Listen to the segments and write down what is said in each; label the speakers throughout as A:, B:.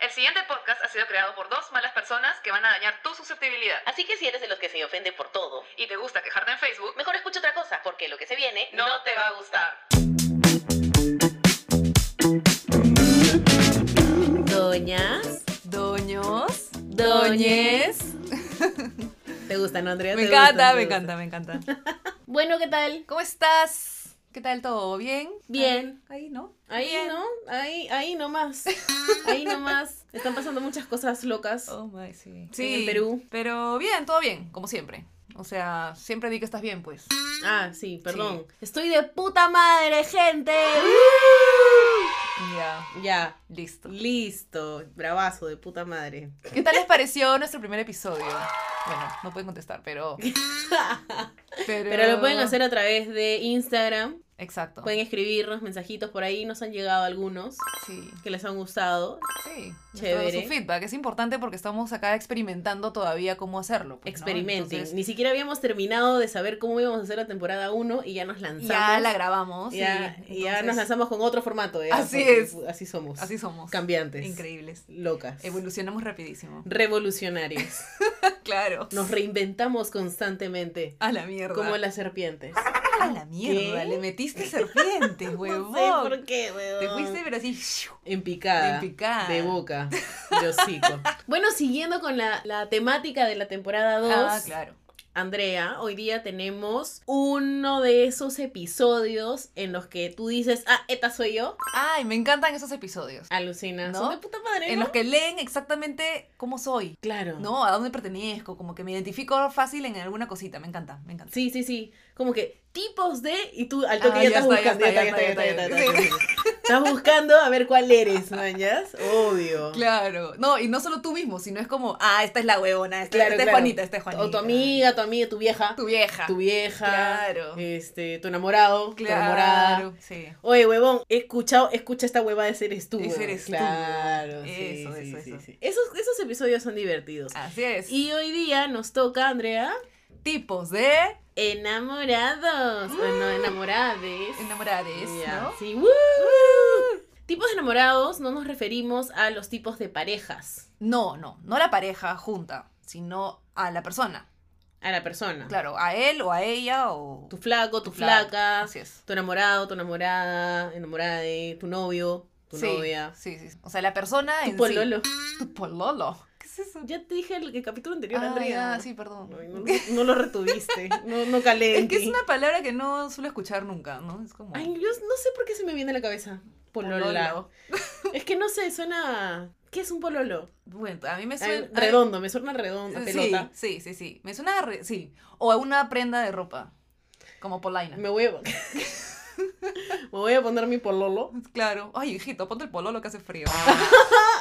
A: El siguiente podcast ha sido creado por dos malas personas que van a dañar tu susceptibilidad.
B: Así que si eres de los que se ofende por todo,
A: Y te gusta quejarte en Facebook,
B: mejor escucha otra cosa, porque lo que se viene
A: no, te va a gustar.
B: Doñas,
C: Doños.
B: doñes. ¿Te gustan, Andrea?
C: Me
B: ¿Te gustan?
C: encanta,
B: ¿Te gustan?
C: me encanta, me encanta.
B: Bueno, ¿qué tal?
C: ¿Cómo estás? ¿Qué tal todo? ¿Bien?
B: Bien.
C: Ahí, ¿no?
D: Ahí,
C: Bien.
D: ¿no? Ahí, ahí nomás. Ahí nomás. Están pasando muchas cosas locas.
C: Oh my, sí.
D: En el Perú.
C: Pero bien, todo bien, como siempre. O sea, siempre di que estás bien, pues.
D: Ah, sí, perdón. Estoy de puta madre, gente.
C: ¡Ah! Ya,
D: Ya,
C: listo.
D: listo. Bravazo, de puta madre.
C: ¿Qué tal les pareció nuestro primer episodio? Bueno, no pueden contestar, pero. Pero,
D: Pero lo pueden hacer Pues, a través de Instagram.
C: Exacto.
D: Pueden escribirnos mensajitos por ahí. Nos han llegado algunos
C: Sí.
D: que les han gustado.
C: Sí,
D: Chévere.
C: Chévere. su feedback es importante porque estamos acá experimentando todavía cómo hacerlo. pues, ¿no?
D: Experimenten.
C: Entonces,
D: Ni siquiera habíamos terminado de saber cómo íbamos a hacer la temporada 1 y ya nos lanzamos.
C: ya la
D: Oh,
C: grabamos.
D: Ya,
C: y
D: ya
C: entonces,
D: nos lanzamos con otro formato. ya,
C: Así
D: porque
C: es.
D: Así somos.
C: Así somos. Eh,
D: Cambiantes.
C: Increíbles.
D: Locas.
C: Evolucionamos rapidísimo.
D: revolucionarios.
C: Claro.
D: Nos reinventamos constantemente,
C: A la mierda.
D: como las serpientes.
C: A la mierda.
D: ¿Qué?
C: Le metiste serpientes, huevón.
D: No sé por qué, weón.
C: Te fuiste, pero así.
D: en picada,
C: en picada.
D: de boca, de hocico. bueno, siguiendo con la, la temática de la temporada 2,
C: Ah, claro.
D: Andrea, hoy día tenemos uno de esos episodios en los que tú dices, ah, esta soy yo.
C: Ay, me encantan esos episodios.
D: Alucina,
C: ¿No?
D: son de puta madre,
C: En
D: ¿no?
C: los que leen exactamente cómo soy.
D: Claro.
C: No, a dónde pertenezco. Como que me identifico fácil en alguna cosita. Me encanta, me encanta.
D: Sí, sí, sí. Como que tipos de. Y tú al
C: Ah,
D: toque ya,
C: ya
D: estás
C: está, ya
D: buscando.
C: está,
D: ya está, ya está, ya está,
C: ya
D: ya
C: está,
D: está, ya está. Estás buscando a ver cuál eres, mañas. Obvio.
C: Claro. No, y no solo tú mismo, sino es como, ah, esta es la huevona, esta,
D: Claro,
C: esta es
D: claro.
C: Juanita, esta es Juanita.
D: O tu amiga, tu amiga, tu vieja.
C: Tu vieja.
D: Tu vieja.
C: Claro.
D: Este, tu enamorado. Tu enamorada.
C: Claro. Sí.
D: Oye, huevón, he escuchado, escucha esta hueva de seres tú.
C: De
D: huevón.
C: seres tú.
D: Claro, sí,
C: Eso,
D: sí,
C: eso,
D: sí,
C: eso.
D: sí. Esos, esos episodios son divertidos.
C: Así es. Y
D: Y hoy día nos toca, Andrea,
C: tipos de
D: enamorados. O no, enamorades.
C: Ah. enamorades,
D: Ya,
C: ¿no?
D: sí, ¡woo! Tipos de enamorados no nos referimos a los tipos de parejas,
C: No, no, no la pareja junta, sino a la persona.
D: a la persona.
C: Claro, a él o a ella o
D: Tu flaco, tu,
C: flaco.
D: flaca,
C: Así es.
D: tu enamorado, tu enamorada, enamorada de tu novio, tu
C: Sí,
D: novia,
C: Sí, sí. O sea, la persona en
D: tu
C: sí.
D: pololo.
C: Tu pololo. ¿Qué es eso?
D: Ya te dije el, el capítulo anterior,
C: Ah,
D: Andrea.
C: ya, sí, perdón.
D: Ay, no, no lo retuviste, no, no calé. en
C: Es que es
D: ti.
C: una palabra que no suelo escuchar nunca, ¿no? Es como
D: Ay, yo no sé por qué se me viene a la cabeza. Pololo.
C: pololo.
D: Es que no sé, suena. ¿Qué es un pololo?
C: Bueno, a mí me
D: Ay,
C: suena a-
D: redondo, me suena redondo, a
C: Sí,
D: pelota.
C: Sí, sí, sí. Me suena a re- sí. O a una prenda de ropa. Como polaina.
D: Me voy a... me voy a poner mi pololo.
C: Pues Claro. Ay, hijito, ponte el pololo que hace frío.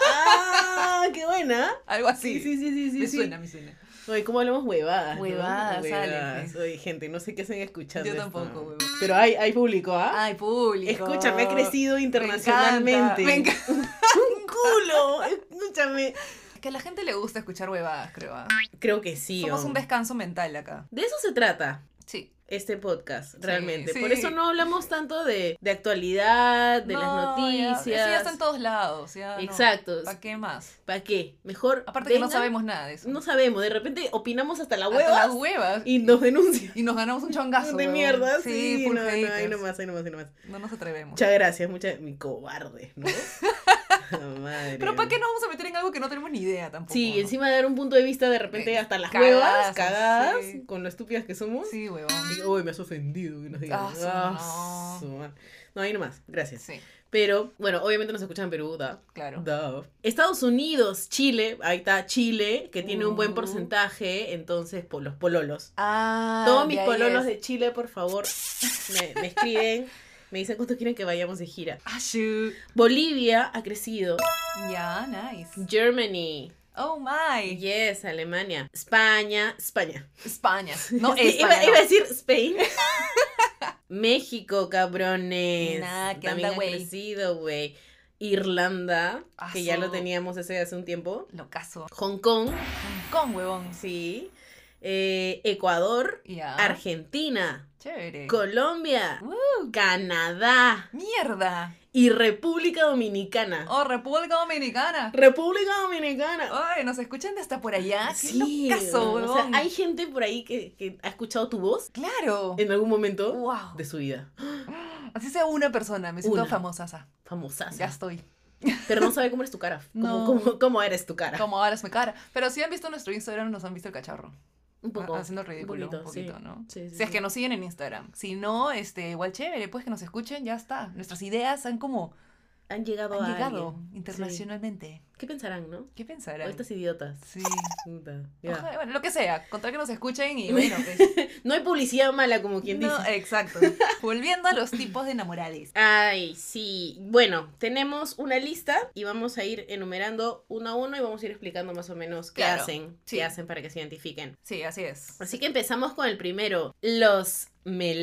D: ¡Ah! ¡Qué buena!
C: Algo así.
D: sí, sí, sí, sí.
C: me
D: sí.
C: suena, me suena.
D: Oye, ¿cómo hablamos huevadas? no?
C: Huevadas, sale, pues.
D: Oye, gente, no sé qué hacen escuchando.
C: Yo
D: esto.
C: tampoco, huevón.
D: Pero hay, hay público, ¿ah?
C: Ay, público.
D: Escúchame, he crecido
C: Me
D: internacionalmente.
C: encanta, Me encanta.
D: ¡Un culo! Escúchame.
C: Que a la gente le gusta escuchar huevadas, creo. ¿ah?
D: Creo que sí.
C: Somos un
D: hombre.
C: descanso mental acá.
D: De eso se trata.
C: Sí.
D: Este podcast, realmente.
C: sí.
D: Por eso no hablamos tanto de, de actualidad, de las
C: No, ya,
D: noticias.
C: Eso ya está en todos lados. Ya,
D: Exacto.
C: ¿Para qué más?
D: ¿Para qué? Mejor.
C: Aparte que no
D: vengan-
C: sabemos nada de eso.
D: No sabemos, de repente opinamos hasta la
C: Hasta
D: hueva
C: las huevas. Y,
D: y nos denuncian.
C: nos ganamos un chongazo.
D: de
C: huevón.
D: mierda,
C: Sí,
D: sí,
C: full
D: no, no, ahí
C: haters.
D: nomás, ahí nomás, ahí nomás.
C: No nos atrevemos.
D: Muchas gracias, muchas. Mi cobarde, ¿no? Madre.
C: Pero ¿para qué nos vamos a meter en algo que no tenemos ni idea tampoco?
D: Sí,
C: no?
D: encima de dar un punto de vista de repente
C: Eh,
D: hasta las
C: cagadas,
D: huevas, cagadas,
C: sí.
D: con lo estúpidas que somos.
C: Sí, huevón.
D: Y, Uy, me has ofendido que nos digan.
C: Ah, su
D: Ah,
C: no.
D: su madre. No, ahí nomás, gracias.
C: Sí,
D: Pero, bueno, obviamente nos escuchan en Perú, da.
C: claro.
D: da. Estados Unidos, Chile, ahí está Chile, que tiene un buen
C: Uh.
D: porcentaje, entonces, por los pololos.
C: Ah,
D: Todos mis
C: ahí
D: colonos
C: es.
D: de Chile, por favor, me, me escriben, me dicen cuánto quieren que vayamos de gira.
C: Ah, shoot.
D: Bolivia ha crecido.
C: Ya, nice.
D: Germany.
C: Oh, my.
D: Yes, Alemania. España. España.
C: España. No,
D: Sí,
C: España.
D: iba,
C: no.
D: iba a decir Spain. México, cabrones.
C: Nah, ¿qué
D: También
C: onda,
D: ha
C: güey?
D: crecido, güey. Irlanda,
C: Ah,
D: que ya
C: su-
D: lo teníamos ese hace un tiempo.
C: Lo caso.
D: Hong Kong,
C: Con huevón.
D: sí. Eh, Ecuador,
C: Ya.
D: Argentina,
C: Chévere.
D: Colombia,
C: ¡Woo!
D: Canadá
C: ¡Mierda!
D: y República Dominicana.
C: ¡Oh, República Dominicana!
D: República Dominicana.
C: ¡Ay, nos escuchan de hasta por allá!
D: Sí,
C: ah, ¡Qué caso,
D: o sea, hay gente por ahí que, que ha escuchado tu voz
C: ¡Claro!
D: en algún momento
C: ¡Wow!
D: de su vida.
C: Así sea una persona, me siento
D: Una.
C: famosa. sa.
D: Famosa.
C: Ya estoy.
D: Pero no sabe cómo eres tu cara.
C: No.
D: Cómo, cómo- cómo eres tu cara.
C: Como ahora es mi cara. Pero si han visto nuestro Instagram, nos han visto el cachorro.
D: Un poco.
C: Ha- Haciendo el ridículo un
D: poquito,
C: poquito,
D: sí.
C: ¿no?
D: Sí, sí,
C: Ah, si es
D: sí.
C: que nos siguen en Instagram. Si no, este, igual chévere, pues que nos escuchen, ya está. Nuestras ideas han como
D: Han llegado
C: han
D: a
C: llegado
D: alguien.
C: internacionalmente.
D: Sí. ¿Qué pensarán, no?
C: ¿Qué
D: O
C: pensarán?
D: estas idiotas.
C: Sí.
D: Puta, ya.
C: Ojalá- bueno, lo que sea, contar que nos escuchen y bueno, pues.
D: No hay publicidad mala, como quien
C: No,
D: dice.
C: exacto. Volviendo a los tipos de enamorades.
D: Ay, sí. Bueno, tenemos una lista y vamos a ir enumerando uno a uno y vamos a ir explicando más o menos qué
C: Claro,
D: hacen,
C: sí.
D: qué hacen para que se identifiquen.
C: Sí, así es.
D: Así que empezamos con el primero, los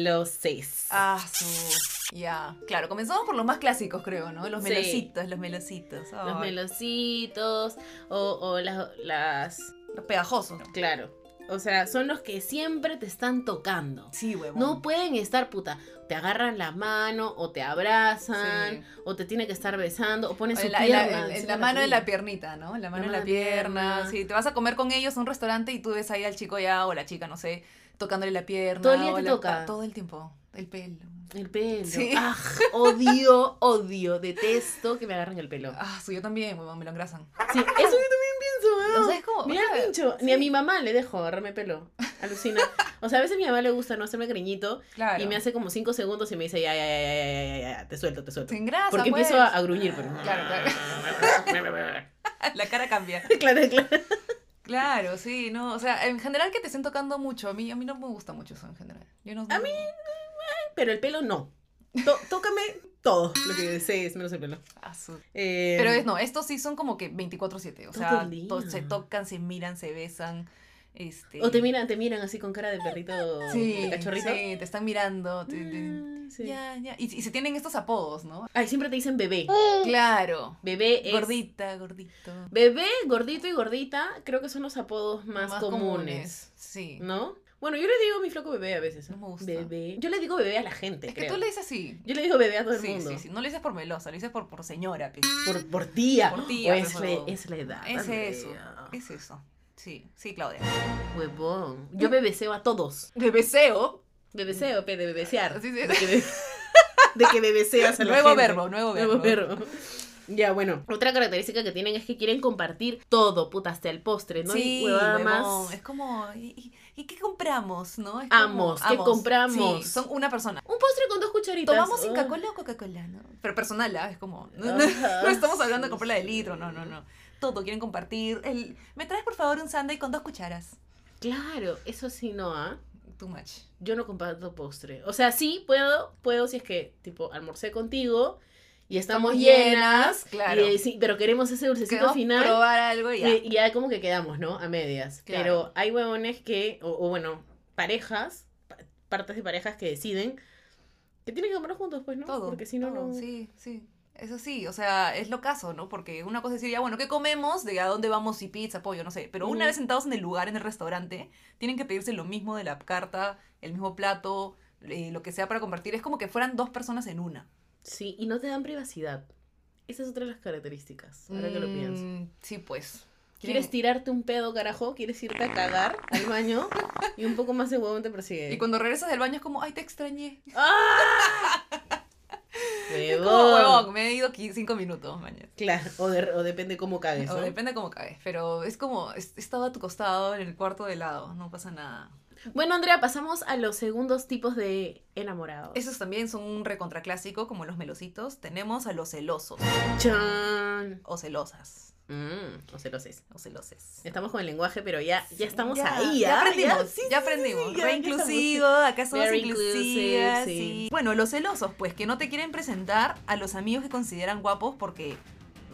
D: meloses.
C: Ah, su. Ya. Claro, comenzamos por los más clásicos, creo, ¿no? Los
D: Sí.
C: melocitos, los melocitos. Ay,
D: Los melositos o, o las, las...
C: los pegajosos.
D: Claro. O sea, son los que siempre te están tocando.
C: Sí, huevón.
D: No pueden estar, puta. Te agarran la mano o te abrazan o te tiene que estar besando o ponen
C: O
D: su
C: en la, en la-
D: pierna.
C: en- en
D: encima
C: la mano de
D: tuya.
C: la piernita, ¿no? En La mano de
D: mano
C: la
D: de la
C: pierna.
D: pierna.
C: Sí, te vas a comer con ellos a un restaurante y tú ves ahí al chico ya o la chica, no sé, tocándole la pierna.
D: Todo el día
C: o
D: te
C: la-
D: toca.
C: Todo el tiempo. El pelo.
D: El pelo.
C: Sí.
D: Ah, odio, odio, detesto que me agarren el pelo.
C: Ah, sí, yo también, huevón, me lo engrasan.
D: Sí, eso yo también pienso,
C: O
D: weón.
C: sea, es como.
D: Ah, Mira
C: o sea,
D: el pincho. Ni a mi mamá le dejo agarrarme pelo. Alucina. O sea, a veces a mi mamá le gusta no hacerme greñito
C: Claro.
D: y me hace como 5 segundos y me dice, ya, ya, ya, ya, ya, ya, ya, te suelto, te suelto.
C: Te engrasa,
D: Porque
C: pues.
D: empiezo a, a gruñir, pero.
C: Claro, claro. la cara cambia.
D: claro, claro.
C: Claro, sí, no. O sea, en general que te estén tocando mucho. A mí, a mí no me gusta mucho eso en general. Yo no,
D: A mí- Pero el pelo no. To- tócame todo lo que desees, menos el pelo.
C: Ah, su-
D: Eh,
C: Pero es, no, estos sí son como que 24-7. O
D: Todo
C: sea,
D: el día.
C: to- se tocan, se miran, se besan. Este...
D: O te miran, te miran así con cara de perrito, de cachorrito.
C: sí, te están mirando. te- te-
D: Ah, sí.
C: Ya, ya. Y, y se tienen estos apodos, ¿no?
D: Ay, siempre te dicen bebé.
C: Claro.
D: Bebé es.
C: Gordita, gordito.
D: Bebé, gordito y gordita, creo que son los apodos más, comunes,
C: Sí.
D: ¿no? Bueno, yo le digo mi flaco bebé a veces. ¿eh?
C: No me gusta.
D: Bebé. Yo le digo bebé a la gente,
C: Es que
D: creo.
C: tú le dices así.
D: Yo le digo bebé a todo el
C: Sí,
D: mundo.
C: sí, sí. No le dices por melosa, le dices por, por señora. pe.
D: Por, por tía.
C: Por tía,
D: O
C: pues,
D: es, la-
C: huevón.
D: es la edad.
C: Es
D: Andrea.
C: eso. Es eso. Sí, sí, Claudia.
D: Huevón. Yo bebeseo a todos.
C: Bebeseo.
D: Bebeseo, pe, de bebesear.
C: Sí, sí.
D: De, que be- de que bebeseas a la
C: Nuevo
D: gente.
C: verbo, nuevo verbo.
D: Nuevo verbo. Ya, bueno. Otra característica que tienen es que quieren compartir todo, puta, hasta el postre. No hay
C: sí,
D: huevada
C: huevón,
D: más.
C: Es como, ¿y, y- y qué compramos, no? Es como,
D: Amos, ¿qué compramos?
C: Sí, son una persona.
D: Un postre con dos cucharitas.
C: ¿Tomamos
D: Ah.
C: Inca-Cola o Coca-Cola, no? Pero personal, ¿ah? Es como, no, no,
D: Ajá,
C: no estamos hablando de
D: sí,
C: comprarla de
D: sí.
C: litro, no, no, no. Todo, quieren compartir. El, ¿Me traes, por favor, un sándwich con dos cucharas?
D: Claro, eso sí no, ¿ah?
C: Too much.
D: Yo no comparto postre. O sea, sí puedo, puedo si es que, tipo, almorcé contigo y estamos, llenas.
C: claro.
D: y, eh, sí, pero queremos ese dulcecito
C: Queremos
D: final.
C: probar algo y ya.
D: Y, y ya como que quedamos, ¿no? A medias.
C: Claro.
D: Pero hay huevones que, o, o bueno, parejas, pa- partes de parejas que deciden que tienen que comer juntos, pues, ¿no?
C: Todo,
D: Porque si no,
C: todo,
D: no.
C: Sí, sí. Eso sí, o sea, es lo caso, ¿no? Porque una cosa es decir, ya, bueno, ¿qué comemos? De a dónde vamos y pizza, pollo, no sé. Pero una
D: Ujú.
C: vez sentados en el lugar, en el restaurante, tienen que pedirse lo mismo de la carta, el mismo plato, eh, lo que sea para compartir. Es como que fueran dos personas en una.
D: Sí, y no te dan privacidad. Esa es otra de las características, ahora que lo pienso.
C: Mm, Sí, pues.
D: ¿Quieres
C: Quieren-
D: tirarte un pedo, carajo? ¿Quieres irte a cagar al baño? Y un poco más de huevón te persigue.
C: Y cuando regresas del baño es como, ay, te extrañé. Es como,
D: ¡Huevón!
C: huevón, me he ido aquí cinco minutos, mañana.
D: Claro, o, de- o depende cómo cagues,
C: O
D: ¿no?
C: depende cómo caes, pero es como, es- estaba a tu costado en el cuarto de lado, no pasa nada.
D: Bueno, Andrea, pasamos a los segundos tipos de enamorados.
C: Esos también son un recontraclásico, como los melocitos. Tenemos a los celosos,
D: ¡Chan!
C: o celosas,
D: Mm, no sé, lo sé.
C: o celoses.
D: Estamos con el lenguaje, pero ya, ya estamos
C: Ya,
D: ahí,
C: Ya
D: ¿ah?
C: aprendimos, ya,
D: sí, sí,
C: aprendimos.
D: sí, ya,
C: Re
D: ya estamos.
C: inclusivo, acá somos
D: Very
C: inclusivas.
D: inclusive,
C: sí.
D: sí.
C: Bueno, los celosos, pues, que no te quieren presentar a los amigos que consideran guapos porque,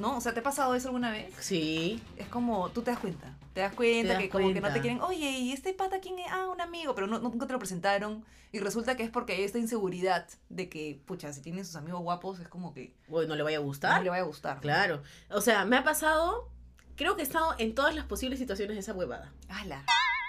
C: ¿no? O sea, ¿te ha pasado eso alguna vez?
D: Sí.
C: Es como, tú te das cuenta. Te das cuenta
D: das
C: que como que no te
D: cuenta.
C: quieren, oye, ¿y este pata quién es? Ah, un amigo, pero no, no- nunca te lo presentaron. Y resulta que es porque hay esta inseguridad de que, pucha, si tienen sus amigos guapos, es como que
D: Uy, no le vaya a
C: no
D: gustar.
C: le vaya a gustar.
D: Claro. O sea, me ha pasado. Creo que he estado en todas las posibles situaciones de esa huevada.
C: ¡Hala!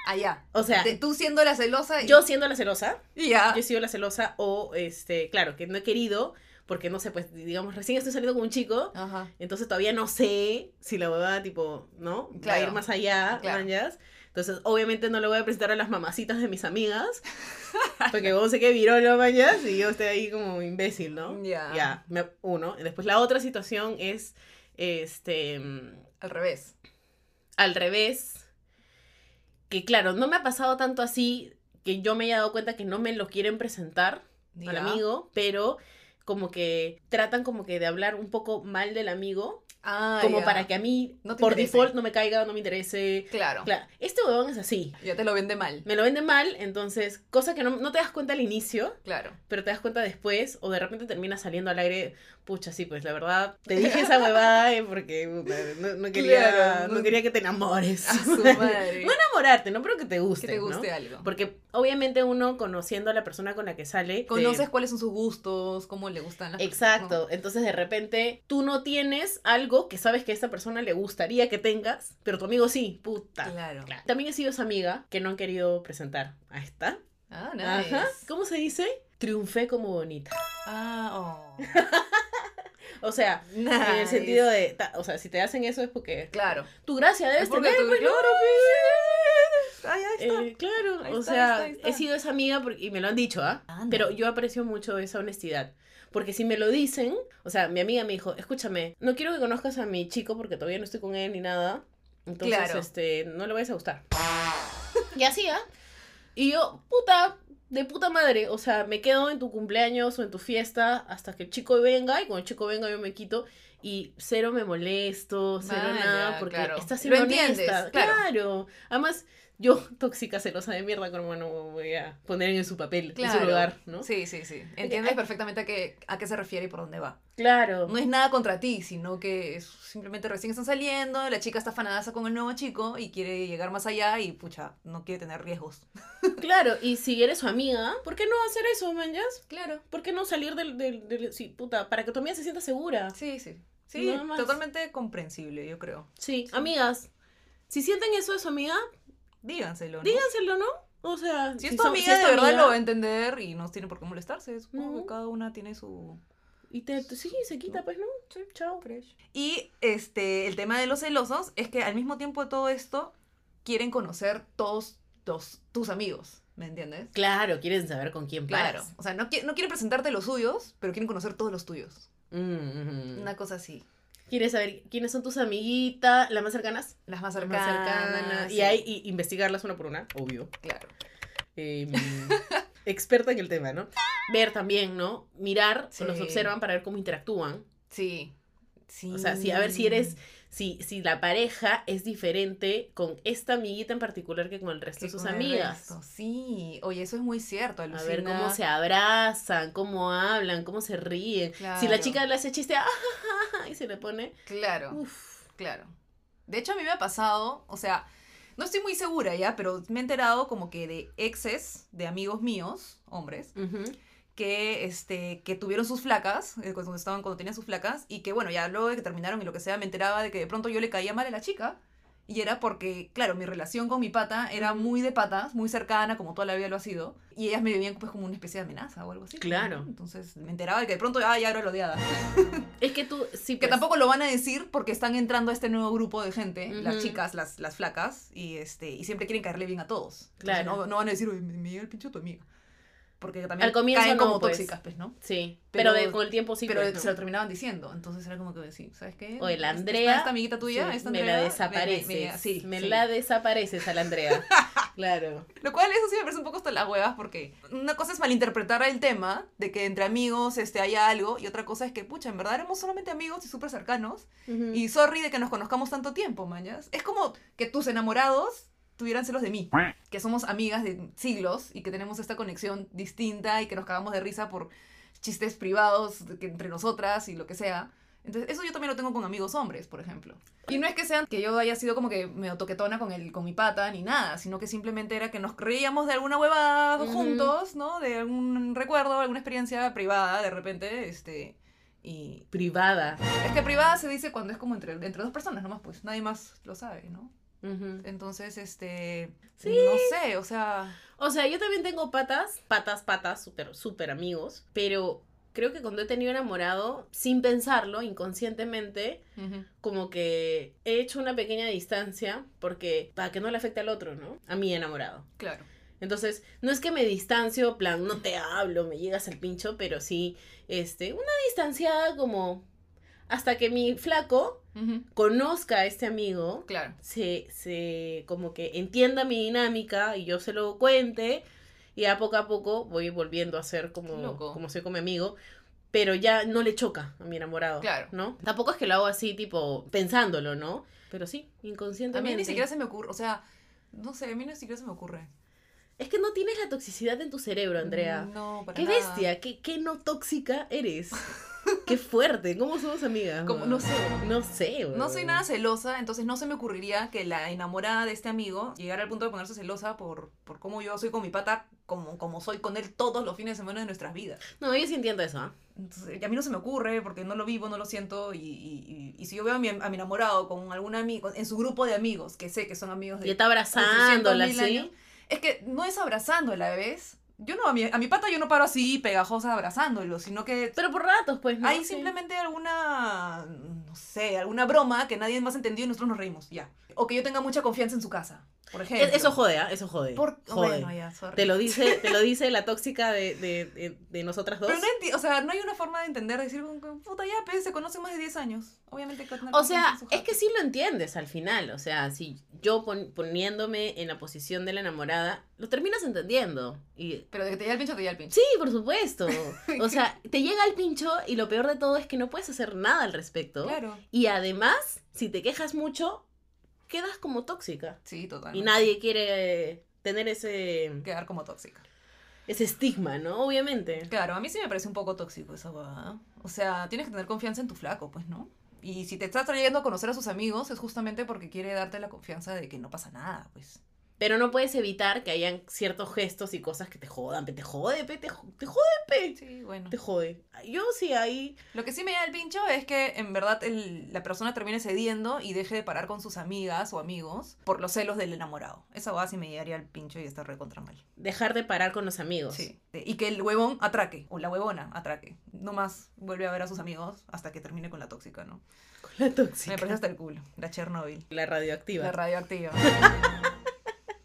C: allá.
D: O sea,
C: Ah, De- Ah. tú siendo la celosa y
D: yo siendo la celosa,
C: y ya.
D: yo he sido la celosa o, este, claro, que no he querido, porque no sé, pues, digamos, recién estoy saliendo con un chico,
C: Ajá.
D: entonces todavía no sé si la huevada, tipo, ¿no? Va a
C: Claro.
D: ir más allá,
C: Claro.
D: mañas. Entonces, obviamente no le voy a presentar a las mamacitas de mis amigas, porque vos sé que virolo, mañas, y yo estoy ahí como imbécil, ¿no?
C: Ya.
D: Ya, me- uno. Después la otra situación es, este,
C: Al revés.
D: al revés, que claro, no me ha pasado tanto así que yo me haya dado cuenta que no me lo quieren presentar al
C: Ya.
D: amigo, pero como que tratan como que de hablar un poco mal del amigo,
C: Ah,
D: como
C: ya.
D: para que a mí
C: No te
D: por
C: interese.
D: default no me caiga, no me interese.
C: Claro.
D: Claro, este huevón es así.
C: Ya te lo vende mal.
D: Me lo vende mal, entonces, cosa que no, no te das cuenta al inicio,
C: Claro.
D: pero te das cuenta después, o de repente terminas saliendo al aire, pucha, sí, pues la verdad, te dije esa huevada eh, porque puta, no, no quería,
C: Claro,
D: no
C: no-
D: quería que te enamores.
C: A Ah, su
D: no
C: madre.
D: enamorarte, no, pero que te guste.
C: que te guste
D: ¿no?
C: algo.
D: Porque obviamente uno conociendo a la persona con la que sale, te-
C: Conoces cuáles son sus gustos, cómo le gustan las
D: Exacto. Entonces de repente tú no tienes algo que sabes que a esta persona le gustaría que tengas, pero tu amigo sí, puta.
C: cosas. Claro.
D: Claro. También he sido esa amiga que no han querido presentar a esta.
C: Ah, nice.
D: Ajá. ¿Cómo se dice? Triunfé como bonita.
C: Ah, oh.
D: O sea,
C: Nice.
D: en el sentido de, ta- o sea, si te hacen eso es porque
C: Claro.
D: tu gracia debes
C: Es porque
D: tener,
C: tú-
D: pues, ¿no?
C: claro, pues. Ahí, ahí está.
D: Eh, claro,
C: Ahí
D: o
C: está,
D: sea,
C: ahí está, ahí
D: he
C: está.
D: sido esa amiga por- y me lo han dicho, ¿ah?
C: Anda.
D: Pero yo aprecio mucho esa honestidad. Porque si me lo dicen, o sea, mi amiga me dijo, escúchame, no quiero que conozcas a mi chico porque todavía no estoy con él ni nada. Entonces,
C: Claro.
D: este, no le vayas a gustar. y así, ¿ah? Y yo, puta, de puta madre, o sea, me quedo en tu cumpleaños o en tu fiesta hasta que el chico venga y cuando el chico venga yo me quito y cero me molesto, cero
C: Vaya,
D: nada, porque
C: claro.
D: estás siendo
C: Lo entiendes,
D: honesta.
C: claro.
D: claro. Además, yo, tóxica, celosa de mierda, como no voy a poner en su papel, en
C: Claro.
D: su lugar, ¿no?
C: Sí, sí, sí.
D: Eh,
C: Entiendes perfectamente a qué, a qué se refiere y por dónde va.
D: Claro.
C: No es nada contra ti, sino que es- simplemente recién están saliendo, la chica está afanadaza con el nuevo chico y quiere llegar más allá y, pucha, no quiere tener riesgos.
D: Claro, y si eres su amiga, ¿por qué no hacer eso, manjas?
C: Claro.
D: ¿Por qué no salir del, del, del- Sí, puta, para que tu amiga se sienta segura.
C: Sí, sí. Sí,
D: Nada más.
C: totalmente comprensible, yo creo.
D: Sí, amigas, si sienten eso de su amiga,
C: Díganselo, ¿no?
D: díganselo, Ah, ¿no? O sea,
C: Si es tu
D: son-
C: amiga,
D: si es tu
C: de verdad
D: amiga,
C: lo va a entender y no tiene por qué molestarse. Supongo que
D: Ujú.
C: cada una tiene su
D: Y te, te- sí, se quita, pues, ¿no? Sí, chao.
C: Y este, el tema de los celosos es que al mismo tiempo de todo esto, quieren conocer todos, los- tus amigos, ¿me entiendes?
D: Claro, quieren saber con quién
C: Claro.
D: paras.
C: O sea, no, qui- no quieren presentarte los suyos, pero quieren conocer todos los tuyos.
D: Mm, mm.
C: Una cosa así.
D: Quieres saber quiénes son tus amiguitas, las más cercanas.
C: Las más
D: Las
C: cercanas. sí,
D: Y ahí y investigarlas una por una, obvio.
C: Claro.
D: eh, experta en el tema, ¿no? Ver también, ¿no? Mirar,
C: Sí.
D: los observan para ver cómo interactúan.
C: Sí. Sí.
D: O sea, sí, a ver si eres- Si, si la pareja es diferente con esta amiguita en particular que con el resto
C: Que
D: de sus
C: con el
D: amigas.
C: resto. Sí. Oye, eso es muy cierto,
D: A
C: Alucina.
D: ver cómo se abrazan, cómo hablan, cómo se ríen. Si la
C: Claro.
D: chica le hace chiste, "Ah, ja, ja, ja", y se le pone,
C: Claro.
D: uff,
C: Claro. De hecho, a mí me ha pasado, o sea, no estoy muy segura ya, pero me he enterado como que de exes, de amigos míos, hombres, que, este, que tuvieron sus flacas, eh, cuando, estaban, cuando tenían sus flacas, y que bueno, ya luego de que terminaron y lo que sea, me enteraba de que de pronto yo le caía mal a la chica. Y era porque, claro, mi relación con mi pata era muy de patas, muy cercana, como toda la vida lo ha sido. Y ellas me vivían pues como una especie de amenaza o algo así.
D: Claro.
C: ¿no? Entonces me enteraba de que de pronto, ah, ya era la odiada.
D: Es que tú, sí,
C: Que
D: pues,
C: tampoco lo van a decir porque están entrando a este nuevo grupo de gente, las
D: Ujú.
C: chicas, las, las flacas, y este y siempre quieren caerle bien a todos. Entonces,
D: Claro.
C: no, no van a decir, "Oye, me, me llega el pincho tu amiga. Porque también
D: Al comienzo
C: caen
D: no,
C: como
D: pues.
C: tóxicas, pues, ¿no?
D: Sí, pero,
C: pero-
D: de- con el tiempo sí.
C: Pero
D: pues, ¿no?
C: se lo terminaban diciendo. Entonces era como que decir, ¿sabes qué?
D: O el
C: Esta-
D: Andrea,
C: Esta amiguita tuya,
D: Sí,
C: esta
D: me
C: Andrea,
D: la desapareces.
C: Me, me- sí,
D: me
C: sí.
D: la desapareces a la Andrea. claro.
C: Lo cual eso sí me parece un poco hasta las huevas porque una cosa es malinterpretar el tema de que entre amigos este, haya algo y otra cosa es que, pucha, en verdad éramos solamente amigos y súper cercanos Y sorry de que nos conozcamos tanto tiempo, mañas. Es como que tus enamorados tuvieran celos de mí, que somos amigas de siglos y que tenemos esta conexión distinta y que nos cagamos de risa por chistes privados de que entre nosotras y lo que sea. Entonces, eso yo también lo tengo con amigos hombres, por ejemplo. Y no es que sean que yo haya sido como que medio toquetona con, el, con mi pata ni nada, sino que simplemente era que nos reíamos de alguna huevada
D: Ujú.
C: juntos, ¿no? De algún recuerdo, alguna experiencia privada, de repente, este. Y,
D: Privada.
C: es que privada se dice cuando es como entre, entre dos personas nomás, pues nadie más lo sabe, ¿no?
B: Ujú.
C: Entonces, este,
D: Sí.
C: no sé, o sea,
D: O sea, yo también tengo patas, patas, patas, súper, súper amigos, pero creo que cuando he tenido enamorado, sin pensarlo, inconscientemente, como que he hecho una pequeña distancia porque para que no le afecte al otro, ¿no? A mi enamorado.
C: claro.
D: Entonces, no es que me distancio, plan, no te hablo, me llegas al pincho, pero sí, este, una distanciada como hasta que mi flaco conozca a este amigo
C: Claro.
D: se, se como que entienda mi dinámica y yo se lo cuente y a poco a poco voy volviendo a ser como,
C: Loco.
D: como soy con mi amigo, pero ya no le choca a mi enamorado,
C: Claro.
D: ¿no? Tampoco es que lo hago así tipo pensándolo, ¿no? Pero sí,
C: A
D: inconscientemente.
C: mí ni siquiera se me ocurre, o sea, no sé, a mí ni siquiera se me ocurre.
D: Es que no tienes la toxicidad en tu cerebro, Andrea.
C: Mm, No, para
D: qué
C: nada.
D: bestia, qué, qué no tóxica eres. qué fuerte, ¿cómo somos amigas?
C: Como,
D: weón?
C: no sé.
D: No sé,
C: No soy
D: weón.
C: nada celosa, entonces no se me ocurriría que la enamorada de este amigo llegara al punto de ponerse celosa por, por cómo yo soy con mi pata, como, como soy con él todos los fines de semana de nuestras vidas.
D: No, yo sí entiendo eso, ¿ah?
C: Entonces, y a mí no se me ocurre porque no lo vivo, no lo siento. Y, y- y- y si yo veo a mi, a mi enamorado con algún amigo, en su grupo de amigos, que sé que son amigos de.
D: Y está abrazándola,
C: 800.000 años,
D: ¿sí?
C: Es que no es abrazándola, ¿ves? Yo no, a mi, a mi pata yo no paro así pegajosa abrazándolo, sino que
D: Pero por ratos, pues, ¿no?
C: hay
D: Sí.
C: simplemente alguna, no sé, alguna broma que nadie más entendió y nosotros nos reímos, ya. O que yo tenga mucha confianza en su casa, por ejemplo.
D: Es- Eso jode, ¿ah? Eso jode.
C: Por-
D: jode.
C: Bueno, ya, sorry.
D: te lo dice, te lo dice la tóxica de, de, de- de nosotras dos.
C: Pero no enti- o sea, no hay una forma de entender, de decir, como que, puta, ya, pues, se conocen más de 10 años. Obviamente hay que tener
D: o
C: confianza en
D: sea,
C: su
D: es
C: jato.
D: que sí lo entiendes al final. O sea, si yo pon- poniéndome en la posición de la enamorada, lo terminas entendiendo. Y
C: Pero de que te llega el pincho, te llega el pincho.
D: sí, por supuesto. O sea, te llega el pincho y lo peor de todo es que no puedes hacer nada al respecto.
C: Claro.
D: Y además, si te quejas mucho, quedas como tóxica.
C: Sí, totalmente.
D: Y nadie quiere tener ese,
C: Quedar como tóxica.
D: ese estigma, ¿no? Obviamente.
C: Claro, a mí sí me parece un poco tóxico esa huevada. ¿eh? O sea, tienes que tener confianza en tu flaco, pues, ¿no? Y si te estás trayendo a conocer a sus amigos es justamente porque quiere darte la confianza de que no pasa nada, pues.
D: Pero no puedes evitar que hayan ciertos gestos y cosas que te jodan, pe, te jode, pe, te, jo- te jode, pe,
C: Sí, bueno.
D: te jode. Yo sí ahí,
C: Lo que sí me da el pincho es que en verdad el- la persona termine cediendo y deje de parar con sus amigas o amigos por los celos del enamorado. Esa huevada sí me llegaría al pincho y está recontra mal.
D: dejar de parar con los amigos.
C: Sí. Eh, Y que el huevón atraque, o la huevona atraque. No más vuelve a ver a sus amigos hasta que termine con la tóxica, ¿no?
D: Con la
C: Me parece
D: tóxica,
C: hasta el culo, la Chernobyl.
D: la radioactiva.
C: La radioactiva.